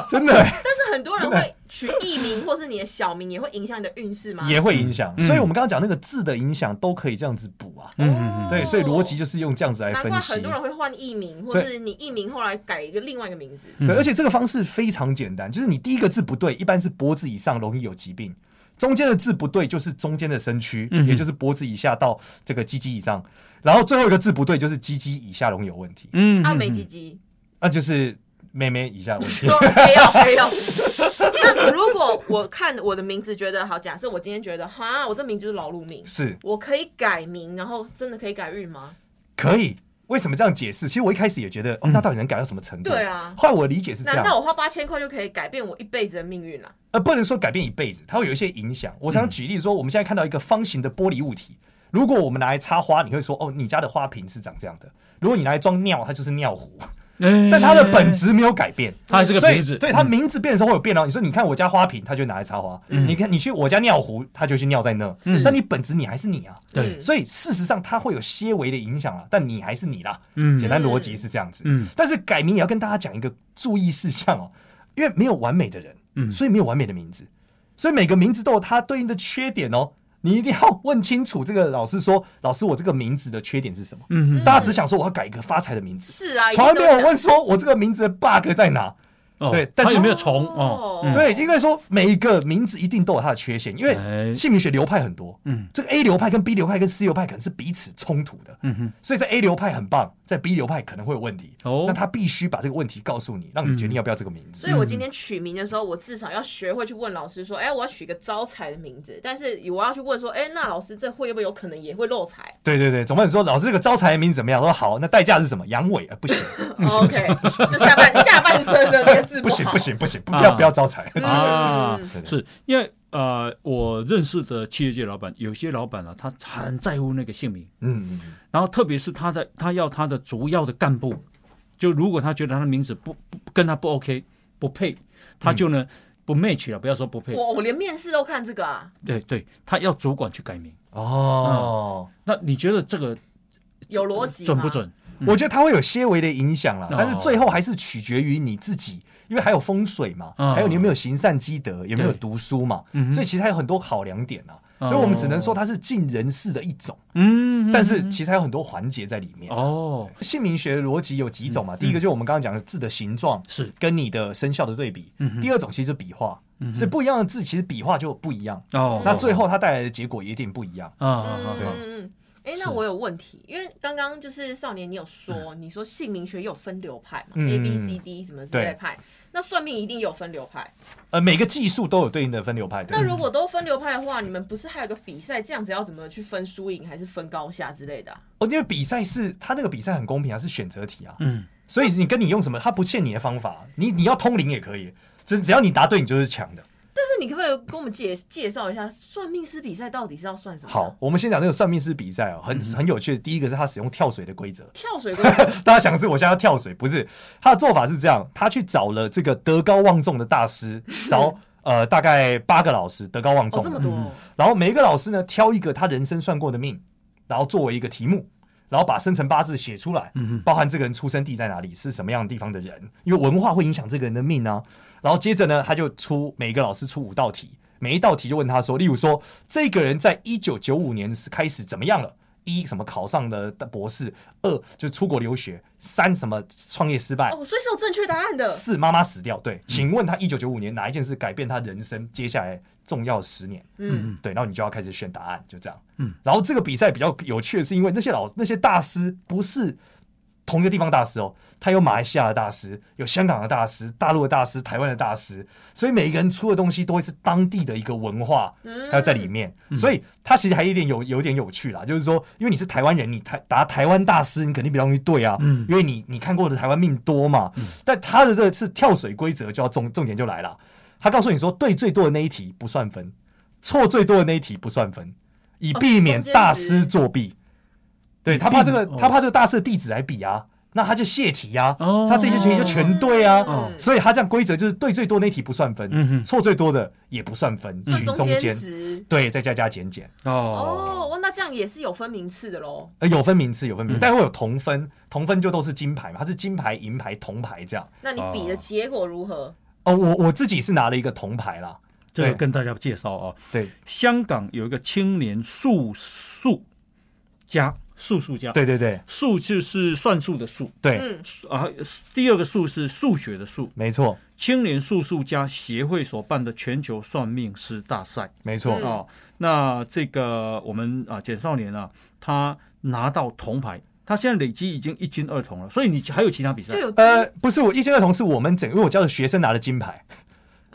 [SPEAKER 2] 真的欸。
[SPEAKER 3] 但是很多人会取艺名或是你的小名，也会影响你的运势吗？
[SPEAKER 2] 也会影响，
[SPEAKER 1] 嗯
[SPEAKER 2] 所以我们刚刚讲那个字的影响都可以这样子补啊。
[SPEAKER 1] 嗯嗯嗯，
[SPEAKER 2] 对，所以逻辑就是用这样子来
[SPEAKER 3] 哦难
[SPEAKER 2] 分
[SPEAKER 3] 怪
[SPEAKER 2] 析
[SPEAKER 3] 很。多人会换艺名，或
[SPEAKER 2] 对
[SPEAKER 3] 是你艺名后来改一个另外一个名字。
[SPEAKER 1] 嗯
[SPEAKER 2] 对，而且这个方式非常简单，就是你第一个字不对，一般是脖子以上容易有疾病；中间的字不对，就是中间的身躯，
[SPEAKER 1] 嗯哼
[SPEAKER 2] 也就是脖子以下到这个鸡鸡以上；然后最后一个字不对，就是鸡鸡以下容易有问题，
[SPEAKER 1] 嗯
[SPEAKER 3] 啊，美吉吉，
[SPEAKER 2] 那就是妹妹以下有问
[SPEAKER 1] 嗯
[SPEAKER 2] 题。
[SPEAKER 3] 哦没有没有。 那如果我看我的名字觉得好，假设我今天觉得哈，我这名就是劳碌命，
[SPEAKER 2] 是
[SPEAKER 3] 我可以改名，然后真的可以改运吗？
[SPEAKER 2] 可以。为什么这样解释？其实我一开始也觉得，
[SPEAKER 1] 嗯
[SPEAKER 2] 哦，那到底能改到什么程度？
[SPEAKER 3] 对啊
[SPEAKER 2] 后来我理解是这
[SPEAKER 3] 难
[SPEAKER 2] 样，
[SPEAKER 3] 道我花八千块就可以改变我一辈子的命运啊？
[SPEAKER 2] 呃，不能说改变一辈子，它会有一些影响。我
[SPEAKER 1] 嗯
[SPEAKER 2] 常常举例说，我们现在看到一个方形的玻璃物体，如果我们拿来插花，你会说哦，你家的花瓶是长这样的；如果你拿来装尿，它就是尿壶，但它的本，质没有改变。
[SPEAKER 1] 嗯它还是个
[SPEAKER 2] 所
[SPEAKER 1] 瓶
[SPEAKER 2] 以，
[SPEAKER 1] 子，
[SPEAKER 2] 对它名字变的时候会有变哦。你说，你看我家花瓶，它就拿来插花；
[SPEAKER 1] 嗯
[SPEAKER 2] 你看你去我家尿壶，它就去尿在那。
[SPEAKER 1] 嗯
[SPEAKER 2] 但你本质你还是你啊，
[SPEAKER 3] 嗯
[SPEAKER 1] 对
[SPEAKER 2] 所以事实上它会有些微的影响啊，但你还是你啦。
[SPEAKER 1] 嗯
[SPEAKER 2] 简单逻辑是这样子。
[SPEAKER 1] 嗯
[SPEAKER 2] 但是改名也要跟大家讲一个注意事项哦，因为没有完美的人，
[SPEAKER 1] 嗯
[SPEAKER 2] 所以没有完美的名字，所以每个名字都有它对应的缺点哦。你一定要问清楚，这个老师说，老师我这个名字的缺点是什么？
[SPEAKER 1] 嗯嗯，
[SPEAKER 2] 大家只想说我要改一个发财的名字，
[SPEAKER 3] 是啊，
[SPEAKER 2] 从来没有
[SPEAKER 3] 一定都
[SPEAKER 2] 问说我这个名字的 bug 在哪。
[SPEAKER 1] 哦
[SPEAKER 2] 对但
[SPEAKER 1] 它
[SPEAKER 2] 是
[SPEAKER 1] 有没有虫哦？嗯
[SPEAKER 2] 对，应该说每一个名字一定都有它的缺陷，因
[SPEAKER 1] 哎
[SPEAKER 2] 为姓名学流派很多，
[SPEAKER 1] 嗯
[SPEAKER 2] 这个 A 流派跟 B 流派跟 C 流派可能是彼此冲突的。
[SPEAKER 1] 嗯哼，
[SPEAKER 2] 所以在 A 流派很棒，在 B 流派可能会有问题。
[SPEAKER 1] 哦嗯
[SPEAKER 2] 那他必须把这个问题告诉你，让你决定要不要这个名字。
[SPEAKER 3] 所以我今天取名的时候，我至少要学会去问老师说，哎、我要取一个招财的名字。但是我要去问说，哎、那老师这会不会有可能也会漏财
[SPEAKER 2] 对对对，总不能说老师这个招财的名字怎么样？说好，那代价是什么？阳痿、呃不行，
[SPEAKER 3] ？OK，就 下半下半身的这个字
[SPEAKER 2] 不行
[SPEAKER 3] 好
[SPEAKER 2] 不，行不行，不
[SPEAKER 1] 啊
[SPEAKER 2] 要不要招财。
[SPEAKER 1] 啊
[SPEAKER 3] 嗯，
[SPEAKER 2] 对对
[SPEAKER 1] 是因为呃，我认识的企业界老板，有些老板啊，他很在乎那个姓名，
[SPEAKER 2] 嗯，
[SPEAKER 1] 然后特别是他在他要他的主要的干部，就如果他觉得他的名字不不跟他不 OK 不配，他就呢、不 match 了，不要说不配，
[SPEAKER 3] 我我连面试都看这个啊，
[SPEAKER 1] 对对，他要主管去改名。
[SPEAKER 2] 哦，
[SPEAKER 1] 那你觉得这个
[SPEAKER 3] 有逻辑吗
[SPEAKER 1] 准不？准？
[SPEAKER 2] 我觉得它会有些微的影响啦，
[SPEAKER 1] 嗯哦
[SPEAKER 2] 但是最后还是取决于你自己，因为还有风水嘛，
[SPEAKER 1] 嗯
[SPEAKER 2] 还有你有没有行善积德，有没有
[SPEAKER 1] 对
[SPEAKER 2] 读书嘛
[SPEAKER 1] 嗯，哼
[SPEAKER 2] 所以其实还有很多考量点啊。
[SPEAKER 1] 哦
[SPEAKER 2] 所以我们只能说它是尽人事的一种，
[SPEAKER 1] 嗯，
[SPEAKER 2] 但是其实还有很多环节在里面。
[SPEAKER 1] 哦嗯
[SPEAKER 2] 姓名学的逻辑有几种嘛？第一个就是我们刚刚讲的字的形状
[SPEAKER 1] 是
[SPEAKER 2] 跟你的生肖的对比，
[SPEAKER 1] 嗯哼嗯
[SPEAKER 2] 第二种其实就是笔画，所以不一样的字其实笔画就不一样，
[SPEAKER 1] 哦，
[SPEAKER 2] 那最后它带来的结果也一定不一样。
[SPEAKER 1] 啊啊
[SPEAKER 3] 嗯
[SPEAKER 1] 啊
[SPEAKER 3] 嗯
[SPEAKER 1] 啊
[SPEAKER 3] 嗯，嗯哎、那
[SPEAKER 1] 是
[SPEAKER 3] 我有问题，因为刚刚就是少年，你有说，你说姓名学有分流派嘛、
[SPEAKER 2] 嗯
[SPEAKER 3] a B C D 什么之类
[SPEAKER 2] 对
[SPEAKER 3] 派，那算命一定有分流派。
[SPEAKER 2] 呃，每个技术都有对应的分流派。对
[SPEAKER 3] 那如果都分流派的话，你们不是还有个比赛，这样子要怎么去分输赢，还是分高下之类的啊、
[SPEAKER 2] 哦，因为比赛是他那个比赛很公平啊，是选择题啊，
[SPEAKER 1] 嗯，
[SPEAKER 2] 所以你跟你用什么，他不限你的方法，你你要通灵也可以，就是只要你答对，你就是强的。
[SPEAKER 3] 但是你可不可以跟我们介介绍一下算命师比赛到底是要算什么？
[SPEAKER 2] 好，，我们先讲这个算命师比赛哦，
[SPEAKER 1] 嗯
[SPEAKER 2] 很很有趣。第一个是他使用跳水的规则，
[SPEAKER 3] 跳水规 则
[SPEAKER 2] 大家想是我现在要跳水，不是他的做法是这样，他去找了这个德高望重的大师，找呃大概八个老师，德高望
[SPEAKER 3] 哦
[SPEAKER 2] 重
[SPEAKER 3] 这
[SPEAKER 2] 的，
[SPEAKER 3] 么多哦，
[SPEAKER 2] 然后每一个老师呢挑一个他人生算过的命，然后作为一个题目。然后把生辰八字写出来，包含这个人出生地在哪里，是什么样的地方的人，因为文化会影响这个人的命啊。然后接着呢，他就出每一个老师出五道题，每一道题就问他说，例如说这个人在一九九五年是开始怎么样了？一什么考上的博士，二就出国留学，三什么创业失败，
[SPEAKER 3] 哦，所以是有正确答案的。
[SPEAKER 2] 四妈妈死掉，对，请问他一九九五年哪一件事改变他人生接下来重要十年？
[SPEAKER 3] 嗯，
[SPEAKER 2] 对，然后你就要开始选答案，就这样。
[SPEAKER 1] 嗯，
[SPEAKER 2] 然后这个比赛比较有趣的是，因为那些老那些大师不是同一个地方大师哦，他有马来西亚的大师，有香港的大师，大陆的大师，台湾的大师，所以每一个人出的东西都会是当地的一个文化，
[SPEAKER 3] 嗯
[SPEAKER 2] 还有在里面，所以他其实还有一点有有点有趣啦，就是说，因为你是台湾人，你台答台湾大师，你肯定比较容易对啊，
[SPEAKER 1] 嗯
[SPEAKER 2] 因为你你看过的台湾命多嘛。但他的这次跳水规则就要重重点就来了，他告诉你说，对最多的那一题不算分，错最多的那一题不算分，以避免大师作弊。对他怕这个，
[SPEAKER 1] 哦
[SPEAKER 2] 他怕这个大师的弟子来比啊，那他就泄题呀、
[SPEAKER 1] 哦
[SPEAKER 2] 他这些题就全对啊。
[SPEAKER 1] 哦
[SPEAKER 3] 嗯
[SPEAKER 2] 所以他这样规则就是对最多那题不算分，
[SPEAKER 1] 嗯哼
[SPEAKER 2] 错最多的也不算分，
[SPEAKER 3] 算
[SPEAKER 2] 取
[SPEAKER 3] 中
[SPEAKER 2] 中间
[SPEAKER 3] 间。值。
[SPEAKER 2] 对，再加加减减，
[SPEAKER 3] 哦，哇那这样也是有分名次的喽。
[SPEAKER 2] 呃，有分名次，有分
[SPEAKER 3] 嗯
[SPEAKER 2] 名次，但会有同分，同分就都是金牌嘛，它是金牌、银牌、铜牌这样。
[SPEAKER 3] 那你比的结果如何？
[SPEAKER 2] 哦，我我自己是拿了一个铜牌啦，
[SPEAKER 1] 这个
[SPEAKER 2] 对
[SPEAKER 1] 跟大家介绍啊、
[SPEAKER 2] 对，
[SPEAKER 3] 嗯
[SPEAKER 1] 香港有一个青年数数家，数数家，，
[SPEAKER 2] 对对对
[SPEAKER 1] 数就是算术的数
[SPEAKER 2] 对，
[SPEAKER 3] 嗯，
[SPEAKER 1] 啊，第二个数是数学的数。
[SPEAKER 2] 没错
[SPEAKER 1] 青年数术家协会所办的全球算命师大赛
[SPEAKER 2] 没错，
[SPEAKER 3] 嗯
[SPEAKER 1] 哦，那这个我们啊，简少年啊，他拿到铜牌，他现在累积已经一金二铜了，所以你还有其他比赛
[SPEAKER 3] 就，有
[SPEAKER 2] 呃，不是我一千二铜是我们整，因为我教的学生拿了金牌，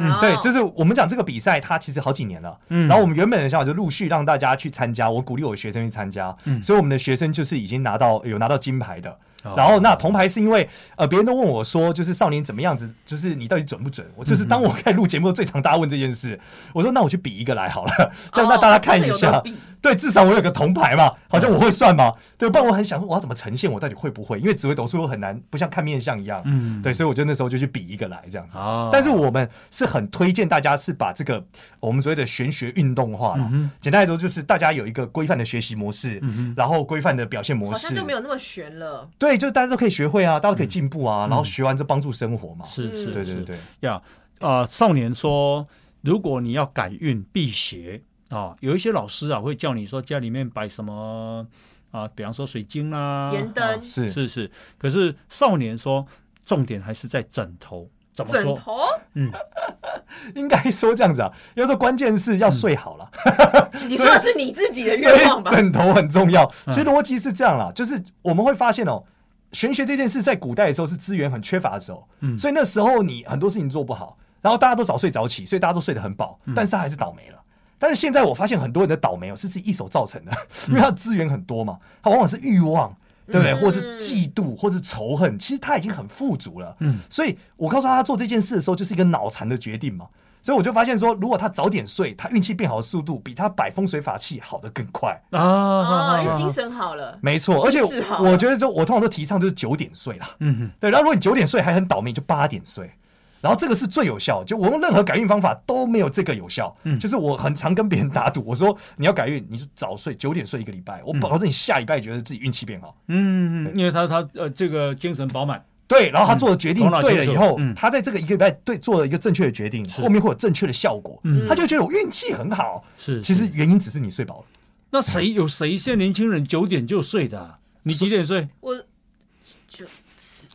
[SPEAKER 3] 嗯
[SPEAKER 2] 对，就是我们讲这个比赛，它其实好几年了。
[SPEAKER 1] 嗯
[SPEAKER 2] 然后我们原本的想法就陆续让大家去参加，我鼓励我学生去参加，
[SPEAKER 3] 嗯
[SPEAKER 2] 所以我们的学生就是已经拿到有拿到金牌的。
[SPEAKER 1] 哦
[SPEAKER 2] 然后那铜牌是因为呃，别人都问我说，就是少年怎么样子，就是你到底准不准？我
[SPEAKER 3] 嗯
[SPEAKER 2] 就是当我开始录节目的时候最常大家问这件事， 我说那我去比一个来好了， 这样让大家看一下。
[SPEAKER 3] 哦真的有得比嗯
[SPEAKER 2] 对，至少我有个铜牌嘛，好像我会算嘛，对，不然我很想说我要怎么呈现，我到底会不会？因为紫微斗数我很难，不像看面相一样，
[SPEAKER 1] 嗯，
[SPEAKER 2] 对，所以我就那时候就去比一个来这样
[SPEAKER 3] 哦
[SPEAKER 2] 子。
[SPEAKER 1] 啊，
[SPEAKER 2] 但是我们是很推荐大家是把这个我们所谓的玄学运动化了。
[SPEAKER 1] 嗯
[SPEAKER 2] 简单来说，就是大家有一个规范的学习模
[SPEAKER 3] 嗯
[SPEAKER 2] 式，
[SPEAKER 1] 哼
[SPEAKER 2] 然后规范的表现模
[SPEAKER 3] 好像
[SPEAKER 2] 式
[SPEAKER 3] 就，没有那么悬了。
[SPEAKER 2] 对，就大家都可以学会啊，大家都可以进步啊，然后学完就帮助生活嘛
[SPEAKER 1] 哼，。嗯是是，
[SPEAKER 3] 嗯
[SPEAKER 2] 对
[SPEAKER 1] 是
[SPEAKER 2] 对对，
[SPEAKER 1] 呀，啊，少年说，如果你要改运辟邪啊、有一些老师啊会叫你说家里面摆什么啊、比方说水晶啦、
[SPEAKER 3] 盐灯
[SPEAKER 1] 啊
[SPEAKER 2] 是
[SPEAKER 1] 是是。可是少年说，重点还是在枕头，怎么
[SPEAKER 3] 枕
[SPEAKER 1] 说？
[SPEAKER 3] 头
[SPEAKER 1] 嗯，
[SPEAKER 2] 应该说这样子啊，要说关键是要睡好了。
[SPEAKER 1] 嗯
[SPEAKER 3] 你说的是你自己的
[SPEAKER 2] 所以
[SPEAKER 3] 愿望吧？
[SPEAKER 2] 枕头很重要。
[SPEAKER 1] 嗯
[SPEAKER 2] 其实逻辑是这样啦，就是我们会发现哦，玄学这件事在古代的时候是资源很缺乏的时候，
[SPEAKER 1] 嗯
[SPEAKER 2] 所以那时候你很多事情做不好，然后大家都早睡早起，所以大家都睡得很饱，
[SPEAKER 1] 嗯
[SPEAKER 2] 但是他还是倒霉了。但是现在我发现很多人的倒霉哦，是自己一手造成的， 因为他的资源很多嘛，他往往是欲望，对不对？
[SPEAKER 3] 嗯
[SPEAKER 2] 或是嫉妒，或是仇恨，其实他已经很富足了。
[SPEAKER 1] 嗯，
[SPEAKER 2] 所以我告诉他，他做这件事的时候就是一个脑残的决定嘛。所以我就发现说，如果他早点睡，他运气变好的速度比他摆风水法器好的更快。
[SPEAKER 1] 啊啊，
[SPEAKER 3] 哦，
[SPEAKER 1] 啊
[SPEAKER 3] 因为精
[SPEAKER 1] 啊
[SPEAKER 3] 神好了。
[SPEAKER 2] 没错，而且
[SPEAKER 3] 是哦哈
[SPEAKER 2] 我觉得就我通常都提倡就是九点睡啦。
[SPEAKER 1] 嗯哼，
[SPEAKER 2] 对，然后如果你九点睡还很倒霉，就八点睡。然后这个是最有效，就我用任何改运方法都没有这个有效。
[SPEAKER 1] 嗯
[SPEAKER 2] 就是我很常跟别人打赌，我说你要改运，你就早睡，九点睡一个礼拜，我保证你下礼拜也觉得自己运气变好。
[SPEAKER 1] 嗯，嗯因为他他呃这个精神饱满，
[SPEAKER 2] 对，然后他做的决
[SPEAKER 1] 嗯
[SPEAKER 2] 定
[SPEAKER 1] 头脑
[SPEAKER 2] 对了
[SPEAKER 1] 清
[SPEAKER 2] 以
[SPEAKER 1] 楚
[SPEAKER 2] 后，
[SPEAKER 1] 嗯
[SPEAKER 2] 他在这个一个礼拜对做了一个正确的决定，后面会有正确的效果，
[SPEAKER 1] 嗯
[SPEAKER 2] 他就觉得我运气很好。
[SPEAKER 1] 是
[SPEAKER 2] 其实原因只是你睡饱了。
[SPEAKER 1] 那谁有谁现在年轻人九点就睡的啊、你几点睡？
[SPEAKER 3] 我九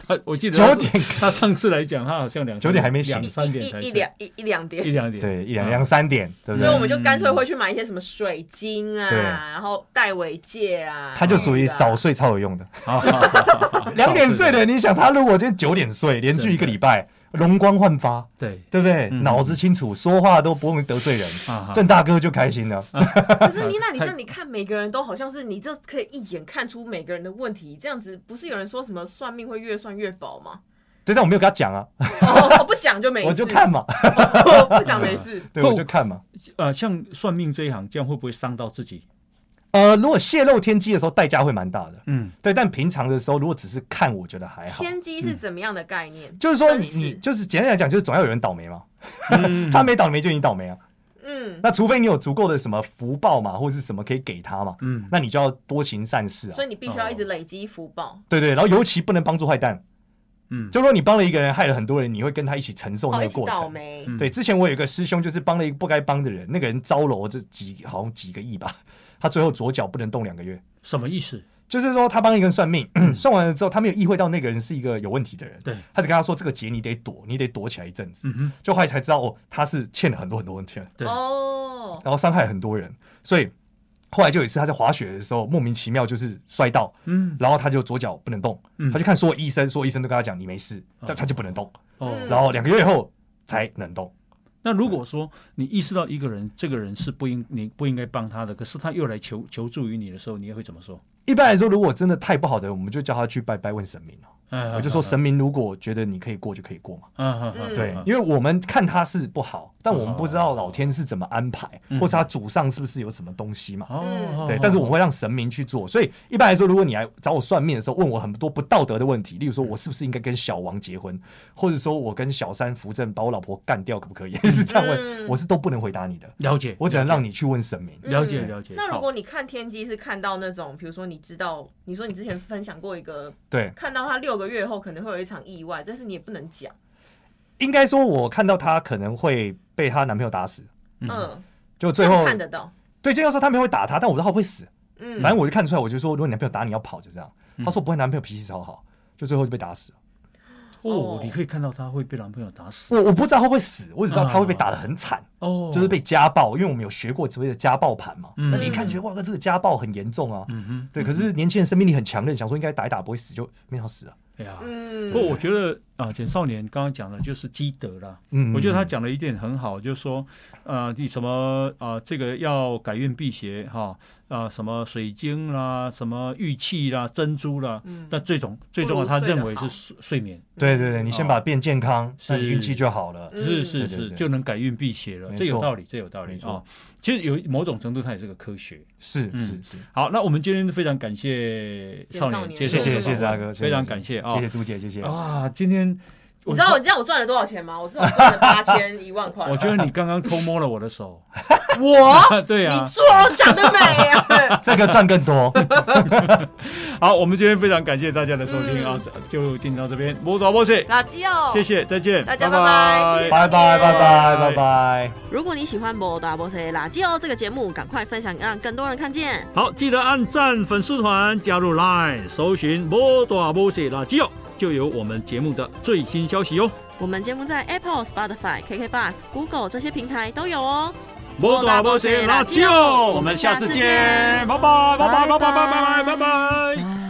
[SPEAKER 1] 他我记得
[SPEAKER 2] 九点
[SPEAKER 1] 他上次来讲，他好像两
[SPEAKER 2] 九点还没醒
[SPEAKER 1] 两三点才
[SPEAKER 3] 一
[SPEAKER 1] 睡
[SPEAKER 3] 一一两一一两
[SPEAKER 1] 一
[SPEAKER 3] 点，
[SPEAKER 1] 两点，
[SPEAKER 2] 对，一两
[SPEAKER 1] 啊
[SPEAKER 2] 两三点，对不
[SPEAKER 3] 所以我
[SPEAKER 2] 对？
[SPEAKER 3] 们就干脆会去买一些什么水晶啊，
[SPEAKER 2] 对
[SPEAKER 3] 然后戴尾戒啊，
[SPEAKER 2] 他就属于
[SPEAKER 3] 什么的啊
[SPEAKER 2] 早睡超有用的，
[SPEAKER 1] 好好好好好
[SPEAKER 2] 两点睡的，你想他如果今天九点睡，连续一个礼拜，容光焕发，
[SPEAKER 1] 对，
[SPEAKER 2] 对不对？
[SPEAKER 1] 嗯
[SPEAKER 2] 脑子清楚，说话都不容易得罪人
[SPEAKER 1] 啊，
[SPEAKER 2] 郑大哥就开心了。
[SPEAKER 3] 可是妮娜，你这样你看每个人都好像是你就可以一眼看出每个人的问题，这样子不是有人说什么算命会越算越薄吗？
[SPEAKER 2] 对，但我没有跟他讲啊，
[SPEAKER 3] 哦，我不讲就没事，
[SPEAKER 2] 我就看
[SPEAKER 1] 哦
[SPEAKER 2] 嘛，
[SPEAKER 3] 我不讲没事。
[SPEAKER 2] 对，我就看嘛。
[SPEAKER 1] 呃，像算命这一行，这样会不会伤到自己？
[SPEAKER 2] 呃，如果泄露天机的时候，代价会蛮大的。
[SPEAKER 1] 嗯，
[SPEAKER 2] 对，但平常的时候，如果只是看，我觉得还好。
[SPEAKER 3] 天机是怎么样的概念？
[SPEAKER 2] 就是说你，
[SPEAKER 3] 真是
[SPEAKER 2] 你就是简单来讲，就是总要有人倒霉嘛。
[SPEAKER 1] 嗯
[SPEAKER 2] 他没倒霉就你倒霉啊。
[SPEAKER 3] 嗯，
[SPEAKER 2] 那除非你有足够的什么福报嘛，或者是什么可以给他嘛，
[SPEAKER 1] 嗯
[SPEAKER 2] 那你就要多行善事啊
[SPEAKER 3] 所。以你必须要一直累积福报。
[SPEAKER 2] 对对，然后尤其不能帮助坏蛋。
[SPEAKER 1] 嗯，
[SPEAKER 2] 就说你帮了一个人，害了很多人，你会跟他一起承受那
[SPEAKER 3] 哦，一
[SPEAKER 2] 个
[SPEAKER 3] 起
[SPEAKER 2] 过
[SPEAKER 3] 倒
[SPEAKER 2] 程。
[SPEAKER 3] 霉，
[SPEAKER 1] 嗯
[SPEAKER 2] 对，之前我有一个师兄，就是帮了一个不该帮的人，那个人遭楼这几好像几个亿吧， 他最后左脚不能动两个月。
[SPEAKER 1] 什么意思？
[SPEAKER 2] 就是说，他帮一个人算命，算完了之后，他没有意会到那个人是一个有问题的人，
[SPEAKER 1] 嗯对，
[SPEAKER 2] 他只跟他说这个劫你得躲，你得躲起来一阵子，
[SPEAKER 1] 嗯哼，
[SPEAKER 2] 就后来才知道哦，他是欠了很多很多钱，
[SPEAKER 1] 对
[SPEAKER 3] 哦，
[SPEAKER 2] 然后伤害很多人，所以后来就有一次他在滑雪的时候莫名其妙就是摔到，
[SPEAKER 1] 嗯，
[SPEAKER 2] 然后他就左脚不能动，
[SPEAKER 1] 嗯
[SPEAKER 2] 他去看所有医生，所有医生都跟他讲你没事，
[SPEAKER 1] 哦
[SPEAKER 2] 但他就不能动，
[SPEAKER 1] 哦，
[SPEAKER 2] 然后两个月后才能动，
[SPEAKER 1] 那如果说你意识到一个人，这个人是不应你不应该帮他的，可是他又来求求助于你的时候，你会怎么说？
[SPEAKER 2] 一般来说，如果真的太不好的人，我们就叫他去拜拜问神明了。
[SPEAKER 1] 我
[SPEAKER 2] 我就说神明如果觉得你可以过就可以过嘛。
[SPEAKER 1] 嗯嗯嗯，
[SPEAKER 2] 对
[SPEAKER 1] 嗯，
[SPEAKER 2] 因为我们看他是不好，但我们不知道老天是怎么安排，
[SPEAKER 1] 嗯
[SPEAKER 2] 或是他祖上是不是有什么东西嘛。
[SPEAKER 3] 嗯
[SPEAKER 1] 哦，
[SPEAKER 2] 对，但是我
[SPEAKER 1] 哦
[SPEAKER 2] 们会让神明去做。所以一般来说，如果你来找我算命的时候，问我很多不道德的问题，例如说我是不是应该跟小王结婚，或者说我跟小三扶正把我老婆干掉，可不可以？ 是这样问，
[SPEAKER 3] 嗯
[SPEAKER 2] 我是都不能回答你的，
[SPEAKER 1] 了解，
[SPEAKER 2] 我只能让你去问神明。
[SPEAKER 1] 了解
[SPEAKER 2] 嗯
[SPEAKER 1] 了解。
[SPEAKER 3] 那
[SPEAKER 1] 好
[SPEAKER 3] 如果你看天机是看到那种，比如说你知道，你说你之前分享过一个，
[SPEAKER 2] 对，
[SPEAKER 3] 看到他六个月后可能会有一场意外，但是你也不能讲，
[SPEAKER 2] 应该说，我看到她可能会被她男朋友打死，
[SPEAKER 3] 嗯，
[SPEAKER 2] 就最后
[SPEAKER 3] 看得到，
[SPEAKER 2] 对，这要说他没有会打她，但我知道她会不会死。
[SPEAKER 3] 嗯
[SPEAKER 2] 反正我就看出来，我就说，如果你男朋友打你要跑，就这样。
[SPEAKER 1] 嗯
[SPEAKER 2] 她说不会，男朋友脾气超好，就最后就被打死了。
[SPEAKER 1] 哦
[SPEAKER 3] 哦，
[SPEAKER 1] 你可以看到他会被男朋友打死
[SPEAKER 2] 我我不知道她会不会死，我只知道她会被打得很惨，
[SPEAKER 1] 哦，
[SPEAKER 2] 嗯就是被家暴，因为我们有学过所谓的家暴盘嘛。
[SPEAKER 1] 嗯
[SPEAKER 2] 那你一看觉得哇，这个家暴很严重啊。
[SPEAKER 1] 嗯哼，
[SPEAKER 2] 对，可是年轻人生命力很强韧，想说应该打一打不会死，就没想到死了。
[SPEAKER 1] 哎呀，
[SPEAKER 3] 嗯，
[SPEAKER 1] 不过我觉得啊，简少年刚刚讲的就是积德啦。
[SPEAKER 2] 嗯，
[SPEAKER 1] 我觉得他讲了一点很好，就是说，呃，你什么啊、呃这个要改运辟邪哈，啊、什么水晶啦，什么玉器啦，珍珠啦，
[SPEAKER 3] 嗯
[SPEAKER 1] 但最终最重要，
[SPEAKER 3] 不如
[SPEAKER 1] 他
[SPEAKER 3] 睡得
[SPEAKER 1] 认为
[SPEAKER 3] 好
[SPEAKER 1] 是睡睡眠，
[SPEAKER 2] 对对对，你先把变健康，那你
[SPEAKER 1] 哦是
[SPEAKER 2] 运气就好了。
[SPEAKER 3] 嗯
[SPEAKER 1] 是
[SPEAKER 2] 对
[SPEAKER 1] 是
[SPEAKER 2] 对
[SPEAKER 1] 是，
[SPEAKER 2] 对
[SPEAKER 1] 就能改运辟邪了，
[SPEAKER 2] 没
[SPEAKER 1] 这有
[SPEAKER 2] 错
[SPEAKER 1] 道理，这有道理
[SPEAKER 2] 没
[SPEAKER 1] 啊、
[SPEAKER 2] 错
[SPEAKER 1] 其实有某种程度，它也是个科学。
[SPEAKER 2] 是
[SPEAKER 1] 嗯
[SPEAKER 2] 是是，
[SPEAKER 1] 好，那我们今天非常感谢
[SPEAKER 3] 简
[SPEAKER 1] 少
[SPEAKER 3] 少
[SPEAKER 1] 年
[SPEAKER 3] 年
[SPEAKER 1] 接受
[SPEAKER 2] 谢
[SPEAKER 1] 我们
[SPEAKER 2] 谢
[SPEAKER 1] 的
[SPEAKER 2] 谢谢
[SPEAKER 1] 访
[SPEAKER 2] 大
[SPEAKER 1] 问
[SPEAKER 2] 哥，
[SPEAKER 1] 非常感谢啊
[SPEAKER 2] 谢谢朱姐，谢谢。
[SPEAKER 1] 啊！今天我
[SPEAKER 3] 你知道我你知道我赚了多少钱吗？我至少赚了八千一万块。
[SPEAKER 1] 我觉得你刚刚偷摸了我的 手，
[SPEAKER 3] 我，
[SPEAKER 1] 对啊，
[SPEAKER 3] 你做想得美啊！
[SPEAKER 2] 这个赚 更多，
[SPEAKER 1] 好，我们今天非常感谢大家的收
[SPEAKER 3] 嗯
[SPEAKER 1] 听啊，就进行到这边，摸爪摸水，
[SPEAKER 3] 垃圾哦，
[SPEAKER 1] 谢谢，再见，
[SPEAKER 3] 大家拜拜，谢谢
[SPEAKER 2] 拜拜拜拜拜
[SPEAKER 1] 拜
[SPEAKER 2] 拜。
[SPEAKER 5] 如果你喜欢《摩大波塞垃圾哦》这个节目，赶快分享，让更多人看见。
[SPEAKER 1] 好，记得按赞粉丝团，加入 Line，搜寻摸爪摸水垃圾哦，就有我们节目的最新消息哦。
[SPEAKER 5] 我们节目在 Apple、Spotify、KK Bus、Google 这些平台都有哦。
[SPEAKER 1] 摸爪摸水垃圾哦，我们下次见，拜拜拜拜拜拜拜拜拜拜。